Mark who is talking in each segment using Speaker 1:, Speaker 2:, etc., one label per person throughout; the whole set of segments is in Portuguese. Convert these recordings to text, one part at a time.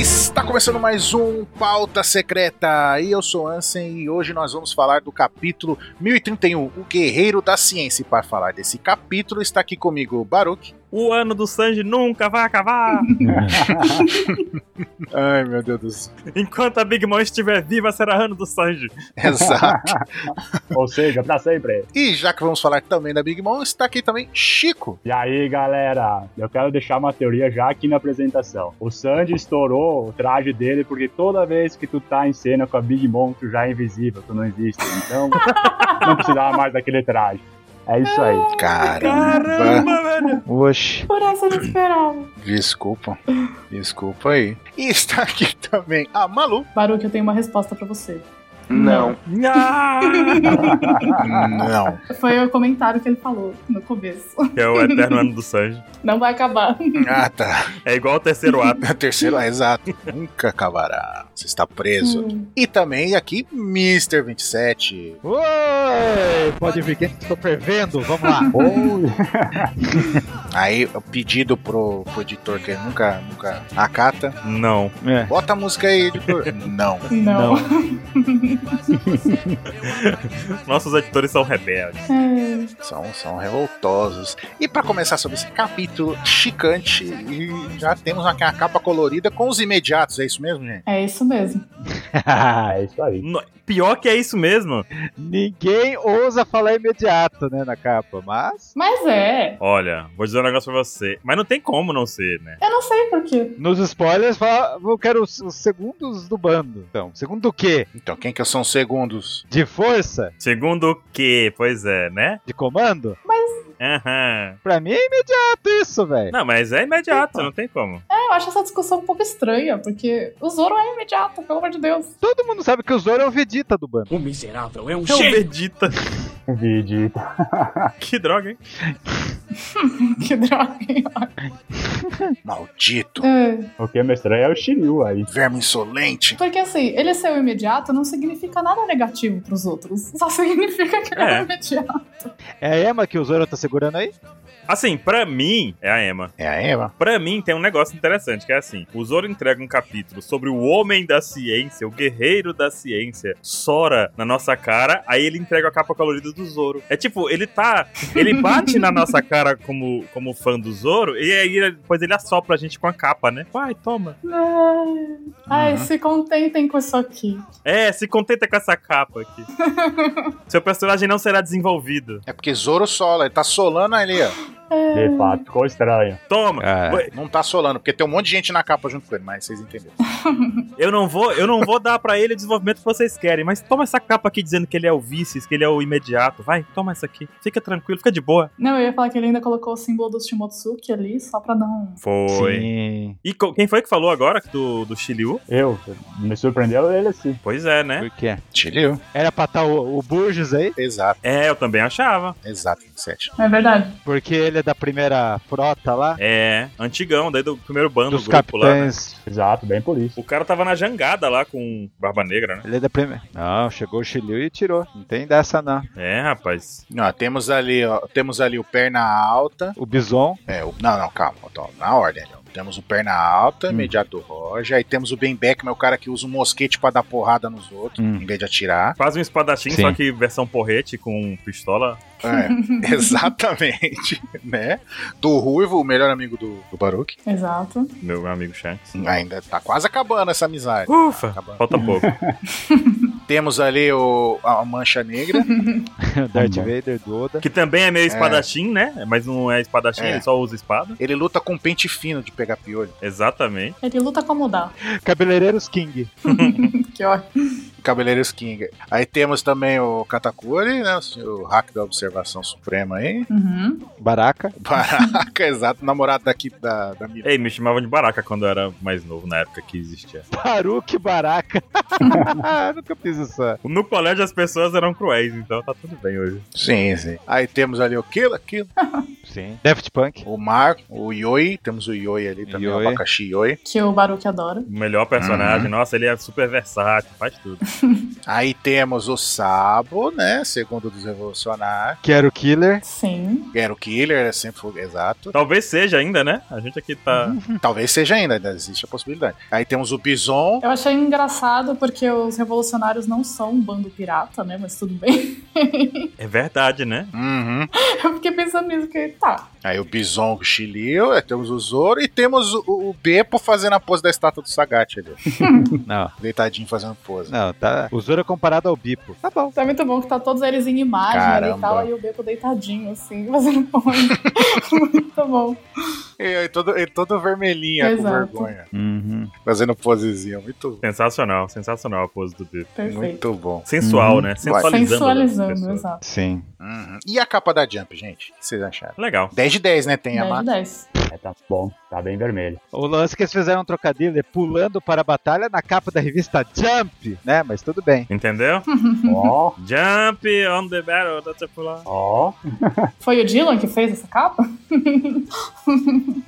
Speaker 1: Está começando mais um Pauta Secreta e eu sou Ansem e hoje nós vamos falar do capítulo 1031, O Guerreiro da Ciência. E para falar desse capítulo está aqui comigo Baruch.
Speaker 2: O ano do Sanji nunca vai acabar!
Speaker 1: Ai meu Deus do céu.
Speaker 2: Enquanto a Big Mom estiver viva, será ano do Sanji.
Speaker 1: Exato.
Speaker 3: Ou seja, pra sempre.
Speaker 1: E já que vamos falar também da Big Mom, está aqui também Chico.
Speaker 3: E aí, galera, eu quero deixar uma teoria já aqui na apresentação. O Sandy estourou o traje dele porque toda vez que tu tá em cena com a Big Mom, tu já é invisível, tu não existe. Então, não precisava mais daquele traje. É isso aí.
Speaker 1: Caramba!
Speaker 2: Caramba, velho!
Speaker 4: Oxi,
Speaker 5: Por essa eu não esperava.
Speaker 1: Desculpa. Desculpa aí. E está aqui também a Malu.
Speaker 5: Baruque, eu tenho uma resposta pra você.
Speaker 4: não.
Speaker 2: Ah!
Speaker 1: Não.
Speaker 5: Foi o comentário que ele falou no começo.
Speaker 2: Que é o eterno ano do Sanji.
Speaker 5: Não vai acabar.
Speaker 1: Ah, tá.
Speaker 2: É igual o terceiro ato.
Speaker 1: Terceiro, exato. Nunca acabará. Você está preso.
Speaker 5: Hum.
Speaker 1: E também aqui, Mr. 27.
Speaker 6: Oi, pode vir que eu tô prevendo, vamos lá.
Speaker 3: Oi.
Speaker 1: Aí, o pedido pro, pro editor que ele nunca, nunca acata.
Speaker 2: Não.
Speaker 1: Bota a música aí, editor. Não.
Speaker 5: Não.
Speaker 2: Nossos editores são rebeldes.
Speaker 5: É.
Speaker 1: São, são revoltosos. E pra começar sobre esse capítulo chicante, e já temos aqui a capa colorida com os imediatos, é isso mesmo, gente?
Speaker 5: É isso mesmo.
Speaker 3: é isso aí.
Speaker 2: No- Pior que é isso mesmo.
Speaker 6: Ninguém ousa falar imediato, né, na capa, mas
Speaker 5: Mas é.
Speaker 2: Olha, vou dizer um negócio pra você. Mas não tem como não ser, né?
Speaker 5: Eu não sei por quê.
Speaker 6: nos spoilers fala, eu quero os, os segundos do bando. Então, segundo o quê?
Speaker 1: Então, quem que são os segundos?
Speaker 6: De força?
Speaker 2: Segundo o quê? Pois é, né?
Speaker 6: De comando?
Speaker 2: Aham.
Speaker 6: Pra mim é imediato isso, velho.
Speaker 2: Não, mas é imediato, não tem como.
Speaker 5: É, eu acho essa discussão um pouco estranha, porque o Zoro é imediato, pelo amor de Deus.
Speaker 6: Todo mundo sabe que o Zoro é o Vegeta do bando.
Speaker 7: O miserável é um
Speaker 2: É o Vegeta.
Speaker 3: Vídeo.
Speaker 2: Que droga, hein?
Speaker 5: Que droga. hein?
Speaker 1: Maldito,
Speaker 5: É.
Speaker 3: O que é meio estranho é o Shiryu aí.
Speaker 1: verme insolente.
Speaker 5: Porque assim, ele ser o imediato não significa nada negativo pros outros. Só significa que ele é,
Speaker 2: É.
Speaker 5: imediato.
Speaker 6: É a Emma que o Zoro tá segurando aí?
Speaker 2: Assim, pra mim, é a Emma.
Speaker 1: É a Eva?
Speaker 2: Pra mim, tem um negócio interessante, que é assim: o Zoro entrega um capítulo sobre o homem da ciência, o guerreiro da ciência, Sora na nossa cara, aí ele entrega a capa colorida do Zoro. É tipo, ele tá. Ele bate na nossa cara como, como fã do Zoro, e aí ele- depois ele assopra a gente com a capa, né? Vai, toma.
Speaker 5: Ai,
Speaker 1: Uhum.
Speaker 5: se contentem com isso aqui.
Speaker 2: É, se contenta com essa capa aqui. Seu personagem não será desenvolvido.
Speaker 1: É porque Zoro sola, ele tá solando ali, ó.
Speaker 3: De fato, ficou estranho.
Speaker 2: Toma!
Speaker 6: Ah.
Speaker 2: Ué,
Speaker 1: Não tá solando, porque tem um monte de gente na capa junto com ele, mas vocês entenderam.
Speaker 2: Eu não vou, eu não vou dar pra ele o desenvolvimento que vocês querem, mas toma essa capa aqui dizendo que ele é o vice, que ele é o imediato. Vai, toma essa aqui. Fica tranquilo, fica de boa.
Speaker 5: Não, eu ia falar que ele ainda colocou o símbolo do Shimotsuki ali, só pra não.
Speaker 6: Sim.
Speaker 2: E co- quem foi que falou agora do, do Shiryu?
Speaker 3: Eu, me surpreendeu ele assim.
Speaker 2: Pois é, né?
Speaker 6: Por quê?
Speaker 1: Chiliu?
Speaker 6: Era pra estar o, o Burgess aí?
Speaker 1: Exato,
Speaker 2: É, eu também achava.
Speaker 1: exato, 27.
Speaker 5: É verdade.
Speaker 6: Porque ele é da primeira frota lá.
Speaker 2: É, antigão, daí do primeiro bando
Speaker 6: Dos
Speaker 2: do grupo lá. né?
Speaker 6: capitães.
Speaker 3: Exato, bem por isso.
Speaker 2: O cara tava na jangada lá com Barba Negra, né?
Speaker 6: Ele é da primeira. Não, chegou o Shiryu e tirou. Não tem dessa, não.
Speaker 2: É, rapaz.
Speaker 1: Não, temos ali, ó, temos ali o perna alta.
Speaker 6: O Bison.
Speaker 1: É, o- não, não, calma, então, na ordem. ali, ó. Temos o perna alta,
Speaker 6: Hum.
Speaker 1: imediato Roger. Aí temos o Ben Beckman, o cara que usa um mosquete pra dar porrada nos outros,
Speaker 6: Hum.
Speaker 1: em vez de atirar.
Speaker 2: Quase um espadachim,
Speaker 6: Sim.
Speaker 2: só que versão porrete com pistola.
Speaker 1: É, exatamente, né? Do Ruivo, o melhor amigo do, do Baruch.
Speaker 5: Exato.
Speaker 2: Meu amigo Shanks.
Speaker 1: Ainda tá quase acabando essa amizade.
Speaker 2: Ufa!
Speaker 1: Acabando.
Speaker 2: Falta pouco.
Speaker 1: Temos ali o, a mancha negra.
Speaker 6: Darth
Speaker 3: Amor.
Speaker 6: Vader, do Oda.
Speaker 2: Que também é meio espadachim, né? Mas não é espadachim,
Speaker 1: É.
Speaker 2: ele só usa espada.
Speaker 1: Ele luta com um pente fino de pegar piolho.
Speaker 2: Exatamente.
Speaker 5: Ele luta pra mudar.
Speaker 6: Cabeleireiros King.
Speaker 5: Que ótimo.
Speaker 1: Cabeleireiros King. Aí temos também o Katakuri, né? O hack da observação suprema aí.
Speaker 5: Uhum.
Speaker 6: Baraka.
Speaker 1: Baraka, exato. Namorado daqui da, da Mira.
Speaker 2: Ei, me chamavam de Baraka quando eu era mais novo, na época que existia.
Speaker 6: Baruque Baraka. Nunca fiz isso.
Speaker 2: No colégio as pessoas eram cruéis, então tá tudo bem hoje.
Speaker 1: Sim, sim. Aí temos ali o Killa, Killa.
Speaker 6: Sim. Daft Punk.
Speaker 1: O Marco, o Yoi, temos o Yoi ali também,
Speaker 6: Yoi.
Speaker 1: o abacaxi Yoi.
Speaker 5: Que o Baruch adora.
Speaker 2: O melhor personagem. Nossa, ele é super versátil, faz tudo.
Speaker 1: Aí temos o Sabo, né? Segundo dos revolucionários.
Speaker 6: Quero Killer.
Speaker 5: Sim.
Speaker 1: Era o Killer, era sempre foi- exato.
Speaker 2: Talvez seja ainda, né? A gente aqui tá.
Speaker 1: Talvez seja ainda, ainda existe a possibilidade. Aí temos o Bison.
Speaker 5: Eu achei engraçado porque os revolucionários não são um bando pirata, né? Mas tudo bem.
Speaker 2: É verdade, né?
Speaker 1: Uhum.
Speaker 5: Eu fiquei pensando nisso, que tá.
Speaker 1: Aí o Bison o Chilil, aí temos o Zoro e temos o, o Beppo fazendo a pose da estátua do Sagat ali.
Speaker 6: Não,
Speaker 1: Deitadinho fazendo pose. né?
Speaker 6: não, tá. O Zoro é comparado ao Bipo. Tá bom.
Speaker 5: Tá muito bom que tá todos eles em imagem ali
Speaker 1: Caramba.
Speaker 5: e tal, aí o Beco deitadinho, assim, fazendo põe. muito bom.
Speaker 1: E, e todo, e todo vermelhinho, com
Speaker 5: Exato.
Speaker 1: vergonha.
Speaker 6: Uhum.
Speaker 1: Fazendo posezinha. Muito bom.
Speaker 2: Sensacional, sensacional a pose do Bipo.
Speaker 5: Perfeito.
Speaker 1: Muito bom.
Speaker 2: Sensual,
Speaker 6: Uhum.
Speaker 2: né?
Speaker 1: Vai.
Speaker 2: Sensualizando. as
Speaker 5: Sensualizando,
Speaker 2: pessoas.
Speaker 5: exato.
Speaker 6: Sim.
Speaker 1: Uhum. E a capa da Jump, gente? O que vocês acharam?
Speaker 2: Legal.
Speaker 1: 10 de 10, né? Tem a
Speaker 5: 10 de
Speaker 1: marca.
Speaker 5: 10.
Speaker 3: É, tá bom, tá bem vermelho.
Speaker 6: O lance que eles fizeram um trocadilho é pulando para a batalha na capa da revista Jump, né? Mas tudo bem.
Speaker 2: Entendeu?
Speaker 3: Ó,
Speaker 2: Jump on the battle, that's a pull
Speaker 3: ó.
Speaker 5: Foi o Dylan que fez essa capa?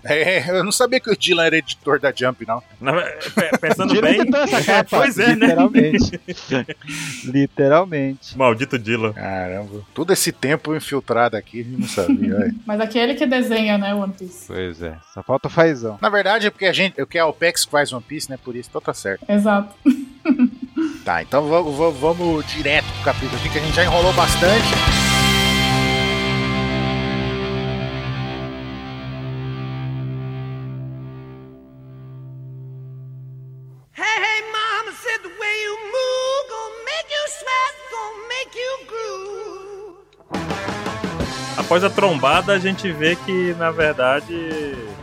Speaker 1: É, eu não sabia que o Dylan era editor da Jump, não.
Speaker 2: Na- pe- Pensando
Speaker 6: Dylan
Speaker 2: bem.
Speaker 6: tentou essa capa.
Speaker 2: pois é, né?
Speaker 6: literalmente. literalmente.
Speaker 2: Maldito Dylan.
Speaker 1: Caramba. Todo esse tempo infiltrado aqui, eu não sabia. olha.
Speaker 5: Mas aquele que desenha, né, One Piece.
Speaker 6: Pois é. Só falta o fazão.
Speaker 1: Na verdade, é porque a gente. Eu que é a OPEX que faz One Piece, né? Por isso, então tá certo.
Speaker 5: Exato.
Speaker 1: Tá, então vamos, vamos- vamos direto pro capítulo aqui, que a gente já enrolou bastante.
Speaker 4: Hey, hey, mama said the way you move gonna make you sweat, gonna make you groove.
Speaker 2: Após a trombada, a gente vê que, na verdade,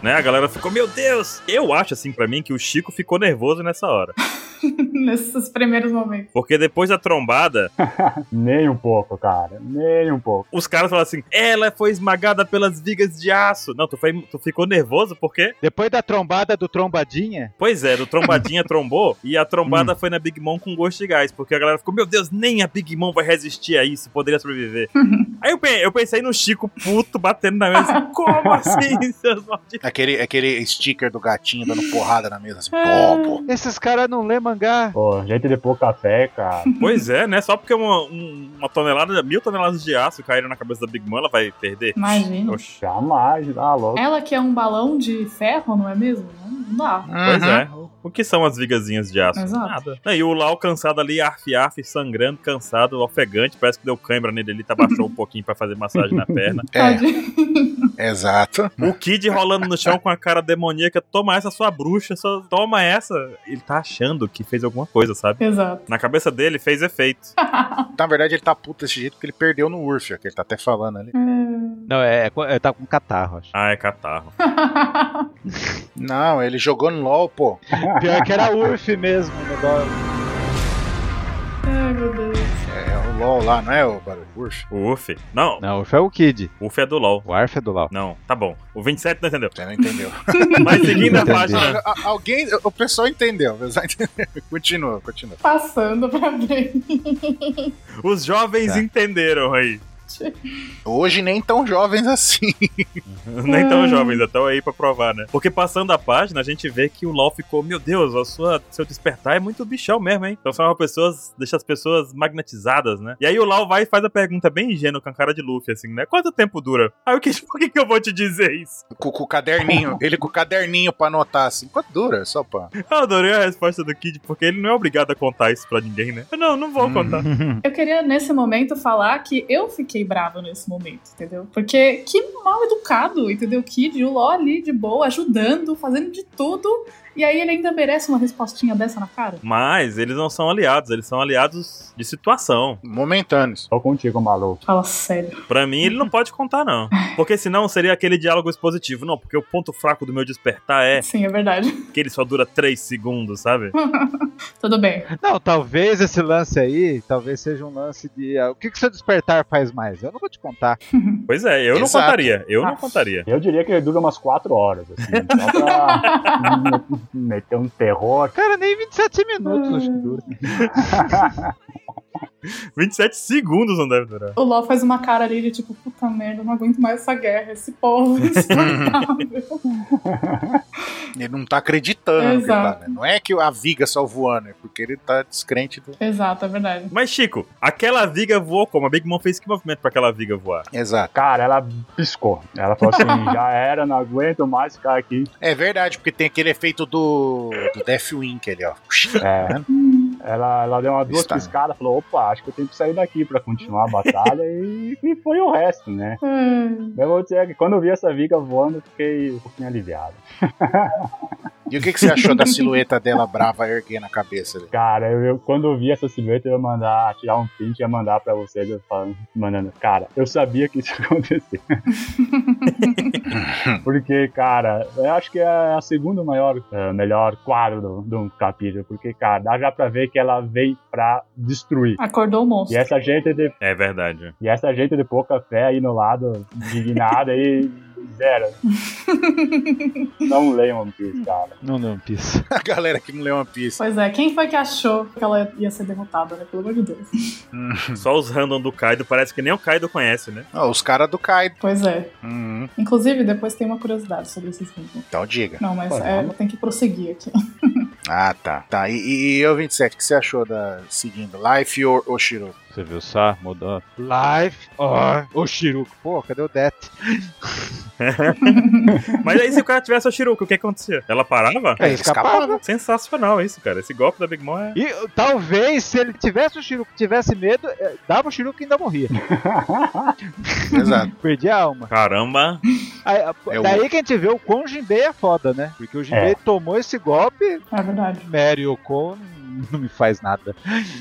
Speaker 2: né, a galera ficou, meu Deus! Eu acho, assim, pra mim, que o Chico ficou nervoso nessa hora.
Speaker 5: Nesses primeiros momentos.
Speaker 2: Porque depois da trombada,
Speaker 3: Nem um pouco, cara. Nem um pouco.
Speaker 2: os caras falam assim, ela foi esmagada pelas vigas de aço. Não, tu, foi- tu ficou nervoso porque,
Speaker 6: Depois da trombada do Trombadinha,
Speaker 2: pois é, do trombadinha trombou, e a trombada foi na Big Mom com gosto de gás. Porque a galera ficou, meu Deus, nem a Big Mom vai resistir a isso, poderia sobreviver. Aí eu, pe- eu pensei no Chico puto, batendo na mesa, assim, como assim, seus malditos?
Speaker 1: Aquele, aquele sticker do gatinho dando porrada na mesa, assim,
Speaker 5: É.
Speaker 1: pô, pô.
Speaker 6: esses caras não lê mangá.
Speaker 3: Pô, gente de pouca fé, cara.
Speaker 2: Pois é, né? Só porque uma, um- uma tonelada, mil toneladas de aço caíram na cabeça da Big Mom, ela vai perder?
Speaker 5: Imagina.
Speaker 2: Oxi.
Speaker 3: Jamais, tá louco.
Speaker 5: Ela que é um balão de ferro, não é mesmo? Não dá.
Speaker 2: Pois
Speaker 1: Uhum.
Speaker 2: é. O que são as vigazinhas de aço?
Speaker 5: Exato.
Speaker 2: Nada. E o Lau cansado ali, arf-arf, sangrando, cansado, ofegante, parece que deu cãibra nele, ele tá baixou um pouquinho pra fazer massagem na perna.
Speaker 5: Tadinho.
Speaker 1: É, exato.
Speaker 2: O Kid rolando no chão com a cara demoníaca, toma essa sua bruxa, só toma essa. Ele tá achando que fez alguma coisa, sabe?
Speaker 5: Exato.
Speaker 2: Na cabeça dele fez efeito.
Speaker 1: Na verdade, ele tá puto desse jeito porque ele perdeu no Urf, que ele tá até falando ali.
Speaker 6: Não, é, é, é- tá com catarro, acho.
Speaker 2: Ah, é catarro.
Speaker 1: Não, ele jogou no LOL, pô.
Speaker 6: Pior que era Urf mesmo né, o negócio.
Speaker 5: Ai, meu Deus.
Speaker 1: É o LOL lá, não é o barulho? Urf.
Speaker 2: O Uf. Não,
Speaker 6: Não, Urf é o Kid.
Speaker 2: o Uf é do LOL.
Speaker 6: O Arf é do Lau.
Speaker 2: Não, tá bom. O 27 não entendeu.
Speaker 1: Você não entendeu.
Speaker 2: Mas seguindo a
Speaker 6: Entendi.
Speaker 2: página.
Speaker 1: A- a- alguém, o pessoal entendeu, o pessoal entendeu. Continua, continua.
Speaker 5: Passando pra frente.
Speaker 2: Os jovens
Speaker 6: Tá.
Speaker 2: entenderam aí.
Speaker 1: Hoje nem tão jovens assim.
Speaker 2: Nem tão jovens, até aí pra provar, né? Porque passando a página, a gente vê que o LOL ficou, meu Deus, a sua, seu despertar é muito bichão mesmo, hein? Transforma pessoas, deixa as pessoas magnetizadas, né? E aí o LOL vai e faz a pergunta bem ingênua com a cara de Luffy, assim, né? Quanto tempo dura? Aí o que, por que, que eu vou te dizer isso?
Speaker 1: Com, com o caderninho, ele com o caderninho pra anotar assim. Quanto dura? Só pra.
Speaker 2: Eu adorei a resposta do Kid, porque ele não é obrigado a contar isso pra ninguém, né? Não, não vou contar.
Speaker 5: Eu queria, nesse momento, falar que eu fiquei brava nesse momento, entendeu? Porque que mal educado, entendeu? Kid, o Ló ali de boa, ajudando, fazendo de tudo. E aí ele ainda merece uma respostinha dessa na cara?
Speaker 2: Mas eles não são aliados, eles são aliados de situação.
Speaker 1: Momentâneos.
Speaker 3: Tô contigo, maluco.
Speaker 5: Fala sério.
Speaker 2: Pra mim, ele não pode contar, não. Porque senão seria aquele diálogo expositivo. Não, porque o ponto fraco do meu despertar é
Speaker 5: Sim, é verdade.
Speaker 2: que ele só dura 3 segundos, sabe?
Speaker 5: Tudo bem.
Speaker 6: Não, talvez esse lance aí, talvez seja um lance de. ah, o que, que seu despertar faz mais? Eu não vou te contar.
Speaker 2: Pois é, eu não
Speaker 1: Exato.
Speaker 2: contaria. Eu não
Speaker 5: Ah.
Speaker 2: contaria.
Speaker 3: Eu diria que ele dura umas 4 horas, assim. Só pra me- meter um terror.
Speaker 6: Cara, nem 27 minutos acho que dura.
Speaker 2: 27 segundos não deve durar.
Speaker 5: O LOL faz uma cara ali de tipo, puta merda, eu não aguento mais essa guerra, esse povo é insuportável.
Speaker 1: Ele não tá acreditando no que tá,
Speaker 5: Exato.
Speaker 1: né? Não é que a viga salvou o Ana, é porque ele tá descrente do.
Speaker 5: Exato, é verdade.
Speaker 2: Mas, Chico, aquela viga voou como? A Big Mom fez que movimento pra aquela viga voar?
Speaker 1: Exato.
Speaker 3: Cara, ela piscou. Ela falou assim: já era, não aguento mais ficar aqui.
Speaker 1: É verdade, porque tem aquele efeito do. do Deathwing ali, ó.
Speaker 3: É,
Speaker 5: Hum,
Speaker 3: ela, ela deu umas duas
Speaker 1: Está.
Speaker 3: piscadas, falou: opa, acho que eu tenho que sair daqui pra continuar a batalha. e, e foi o resto, né?
Speaker 5: hum.
Speaker 3: Eu vou dizer que quando eu vi essa viga voando, eu fiquei um pouquinho aliviado.
Speaker 1: E o que, que você achou da silhueta dela brava erguendo a cabeça ali?
Speaker 3: Cara, eu, eu- quando eu vi essa silhueta, eu ia mandar, tirar um print e ia mandar pra vocês, eu falando, mandando. Cara, eu sabia que isso ia acontecer. porque, cara, eu acho que é a segunda maior, eh, melhor quadro do, do capítulo. Porque, cara, dá já pra ver que ela veio pra destruir.
Speaker 5: Acordou o
Speaker 3: E
Speaker 5: monstro.
Speaker 3: essa gente de,
Speaker 2: É verdade.
Speaker 3: e essa gente de pouca fé aí no lado, indignada aí, zero. Não leiam One Piece, cara.
Speaker 6: Não, não, Piece.
Speaker 1: A galera que não leu One Piece.
Speaker 5: Pois é, quem foi que achou que ela ia ser derrotada, né? Pelo amor de Deus.
Speaker 2: Só os random do Kaido, parece que nem o Kaido conhece, né?
Speaker 1: Ah, os caras do Kaido.
Speaker 5: Pois é.
Speaker 1: Uhum.
Speaker 5: Inclusive, depois tem uma curiosidade sobre esses vídeos.
Speaker 1: Então diga.
Speaker 5: Não, mas
Speaker 3: Pô,
Speaker 5: é,
Speaker 3: não.
Speaker 5: tem que prosseguir aqui.
Speaker 1: Ah, tá. Tá. E, e, e eu, 27, o que você achou da. seguindo? Life or Oshiro?
Speaker 6: Você viu só? Mudou. Life or Oshiruko. Pô, cadê o Det?
Speaker 2: Mas aí se o cara tivesse o Shiruko, o que acontecia? Ela parava?
Speaker 6: É, escapava.
Speaker 2: Sensacional isso, cara. Esse golpe da Big Mom é.
Speaker 6: E uh, talvez se ele tivesse o Shiruko, tivesse medo, eh, dava o Shiruko e ainda morria.
Speaker 1: Exato.
Speaker 6: Perdia a alma.
Speaker 2: Caramba!
Speaker 6: Aí, a-
Speaker 1: É o-
Speaker 6: daí que a gente vê o quão o Jinbei é foda, né? Porque o Jinbei
Speaker 3: É.
Speaker 6: tomou esse golpe,
Speaker 5: É verdade.
Speaker 6: Mary Yoko não me faz nada,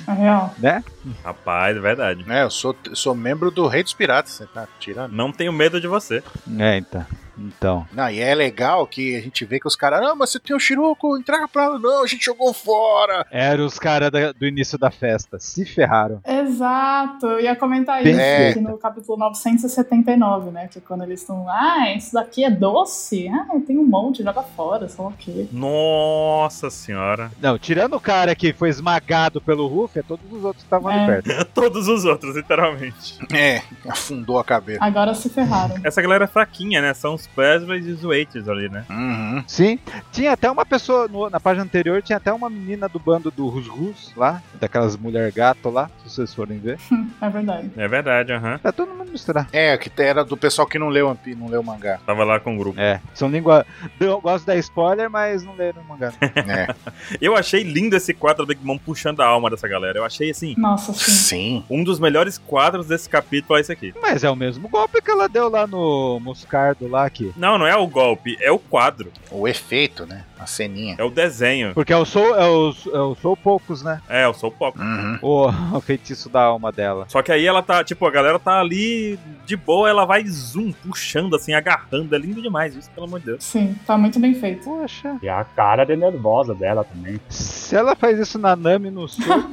Speaker 5: É real.
Speaker 6: né?
Speaker 2: Rapaz, é verdade.
Speaker 1: É, eu sou, sou membro do Rei dos Piratas, você tá tirando?
Speaker 2: Não tenho medo de você.
Speaker 6: É, então. Então.
Speaker 1: Não, e é legal que a gente vê que os caras, não, mas você tem o Shiruko, entrega pra ela. Não, a gente jogou fora.
Speaker 6: Eram os caras da- do início da festa. Se ferraram.
Speaker 5: Exato, eu ia comentar isso
Speaker 1: É.
Speaker 5: aqui no capítulo 979, né? Que é quando eles estão, ah, isso daqui é doce, ah, tem um monte, joga fora, sei lá o quê.
Speaker 2: Nossa senhora.
Speaker 6: Não, tirando o cara que foi esmagado pelo Ruff, é todos os outros que estavam
Speaker 5: É.
Speaker 6: ali perto.
Speaker 2: Todos os outros, literalmente.
Speaker 1: É, afundou a cabeça.
Speaker 5: Agora se ferraram.
Speaker 2: Essa galera é fraquinha, né? São os Presley e os Waiters ali, né?
Speaker 1: Uhum.
Speaker 6: Sim. Tinha até uma pessoa, no- na página anterior, tinha até uma menina do bando do Rus Rus lá, daquelas mulher gato lá, se vocês forem ver.
Speaker 5: É verdade.
Speaker 2: É verdade, aham.
Speaker 6: Tá todo mundo misturado.
Speaker 1: É, que era do pessoal que não leu, One Piece, não leu o mangá.
Speaker 2: Tava lá com o grupo.
Speaker 6: É, são língua. Eu gosto da spoiler, mas não leram o mangá.
Speaker 1: É.
Speaker 2: Eu achei lindo esse quadro da Big Mom puxando a alma dessa galera. Eu achei, assim,
Speaker 5: Nossa, sim.
Speaker 1: Sim.
Speaker 2: um dos melhores quadros desse capítulo é esse aqui.
Speaker 6: Mas é o mesmo golpe que ela deu lá no Moscardo lá que.
Speaker 2: Não, não é o golpe, é o quadro.
Speaker 1: O efeito, né? A ceninha.
Speaker 2: É o desenho.
Speaker 6: Porque eu sou, é eu, eu sou poucos, né?
Speaker 2: É, eu sou o pop.
Speaker 1: Uhum.
Speaker 6: O, o feitiço da alma dela.
Speaker 2: Só que aí ela tá, tipo, a galera tá ali de boa, ela vai zoom, puxando, assim, agarrando. É lindo demais isso, pelo amor de Deus.
Speaker 5: Sim, tá muito bem feito.
Speaker 6: Poxa.
Speaker 3: E a cara de nervosa dela também.
Speaker 6: Se ela faz isso na Nami no sul,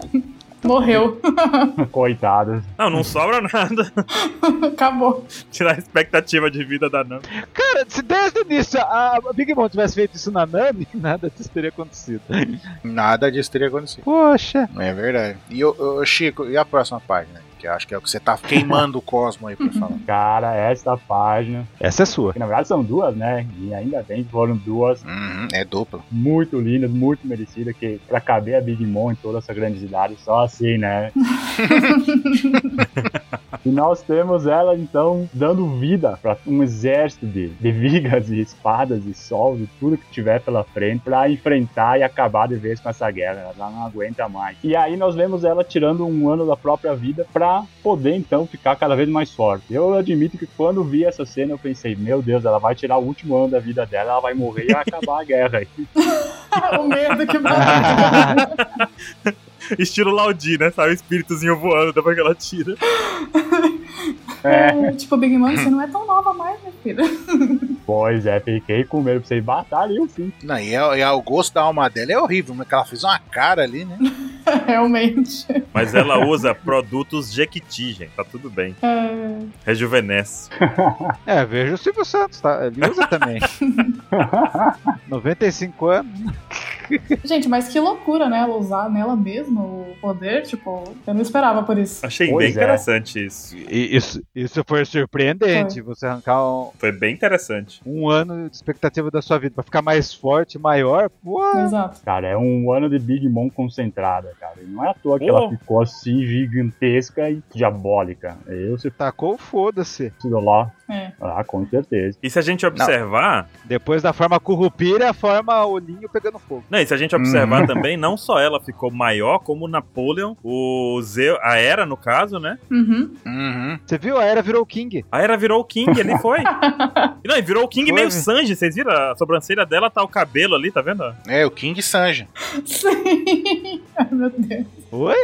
Speaker 5: Morreu.
Speaker 3: Coitada.
Speaker 2: Não, não sobra nada.
Speaker 5: Acabou.
Speaker 2: Tirar a expectativa de vida da Nami.
Speaker 6: cara, se desde o início a a Big Mom tivesse feito isso na Nami, nada disso teria acontecido.
Speaker 1: Nada disso teria acontecido.
Speaker 6: Poxa.
Speaker 1: É verdade. E o Chico, e a próxima página? Que eu acho que é o que você tá queimando o cosmo aí pra falar.
Speaker 3: Cara, esta página,
Speaker 6: Essa é sua.
Speaker 3: que na verdade são duas, né? E ainda bem que foram duas
Speaker 1: Uhum, é duplo.
Speaker 3: muito lindas, muito merecidas, que pra caber a Big Mom em toda essa grandiosidade, só assim, né? e nós temos ela, então, dando vida pra um exército de, de vigas e espadas e sol e tudo que tiver pela frente pra enfrentar e acabar de vez com essa guerra. Ela não aguenta mais. E aí nós vemos ela tirando um ano da própria vida pra poder, então, ficar cada vez mais forte. Eu admito que quando vi essa cena, eu pensei, meu Deus, ela vai tirar o último ano da vida dela, ela vai morrer e vai acabar a guerra.
Speaker 5: o medo que bateu.
Speaker 2: Estilo Laudi, né? Sabe o espíritozinho voando depois que ela tira.
Speaker 5: É, Tipo, Big Mom, você não é tão nova mais, minha filha.
Speaker 3: Pois é, fiquei com medo pra vocês batalhem o fim.
Speaker 1: Não, e, é, e é o gosto da alma dela é horrível, mas que ela fez uma cara ali, né?
Speaker 5: Realmente.
Speaker 2: Mas ela usa produtos Jequiti, gente. Tá tudo bem.
Speaker 5: É,
Speaker 2: Rejuvenesce.
Speaker 6: É, veja o Silvio Santos, tá? Ele usa também. 95 anos.
Speaker 5: Gente, mas que loucura, né? Ela usar nela mesma o poder, tipo, eu não esperava por isso.
Speaker 2: Achei
Speaker 3: Pois
Speaker 2: bem
Speaker 3: é.
Speaker 2: interessante isso.
Speaker 6: E isso, isso foi surpreendente. Você arrancar um,
Speaker 2: Foi bem interessante.
Speaker 6: um ano de expectativa da sua vida pra ficar mais forte, maior. Pô,
Speaker 5: Exato.
Speaker 3: Cara, é um ano de Big Mom concentrada, cara. E não é à toa que ela
Speaker 2: Oh.
Speaker 3: ficou assim gigantesca e diabólica. Eu, se
Speaker 6: tacou, foda-se.
Speaker 3: fosse lá,
Speaker 5: É.
Speaker 3: ah, com certeza.
Speaker 2: E se a gente observar,
Speaker 6: Depois da forma currupira, a forma olhinho pegando fogo.
Speaker 2: não, e se a gente
Speaker 3: Uhum.
Speaker 2: observar também, não só ela ficou maior, como o Napoleon, o Zeus, a Era no caso, né?
Speaker 5: Uhum.
Speaker 1: Uhum.
Speaker 6: Você viu? A era virou o King.
Speaker 2: A Era virou o King, ele foi. E não, e virou o King
Speaker 6: Foi,
Speaker 2: meio
Speaker 6: né?
Speaker 2: Sanji, vocês viram? A sobrancelha dela tá o cabelo ali, tá vendo?
Speaker 1: É, o King Sanji.
Speaker 5: Sim. Ai, meu Deus.
Speaker 6: Oi?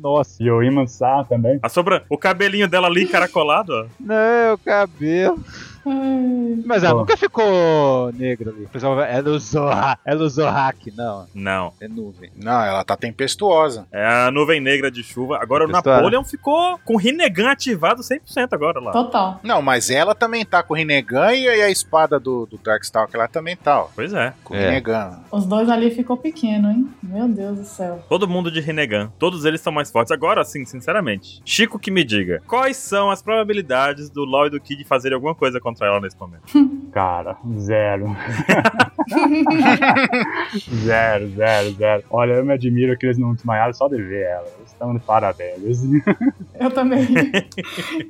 Speaker 6: Nossa.
Speaker 3: E o Imansá também.
Speaker 2: A sobra, o cabelinho dela ali encaracolado, ó.
Speaker 6: Não, o cabelo.
Speaker 5: Ai.
Speaker 6: Mas ela
Speaker 3: Pô.
Speaker 6: nunca ficou negra ali. O pessoal fala, Ela usou, ha- ela usou hack. Não,
Speaker 2: Não,
Speaker 6: é nuvem.
Speaker 1: Não, ela tá tempestuosa.
Speaker 2: é a nuvem negra de chuva. Agora o
Speaker 6: Gostaram?
Speaker 2: Napoleon ficou com o Rinnegan ativado 100% agora lá.
Speaker 5: Total.
Speaker 1: Não, mas ela também tá com o Rinnegan e a espada do, do Darkstalker ela também tá, ó.
Speaker 2: Pois é.
Speaker 1: Com o
Speaker 6: É.
Speaker 1: Rinnegan.
Speaker 5: Os dois ali ficou pequeno, hein? Meu Deus do céu.
Speaker 2: Todo mundo de Rinnegan. Todos eles são mais fortes. Agora, sim, sinceramente. Chico que me diga. Quais são as probabilidades do Law e do Kid fazerem alguma coisa contra ela nesse momento?
Speaker 3: Cara, zero. zero, zero, zero. Olha, eu me admiro que eles não desmaiaram só de ver ela. Eles estão de parabéns.
Speaker 5: Eu também.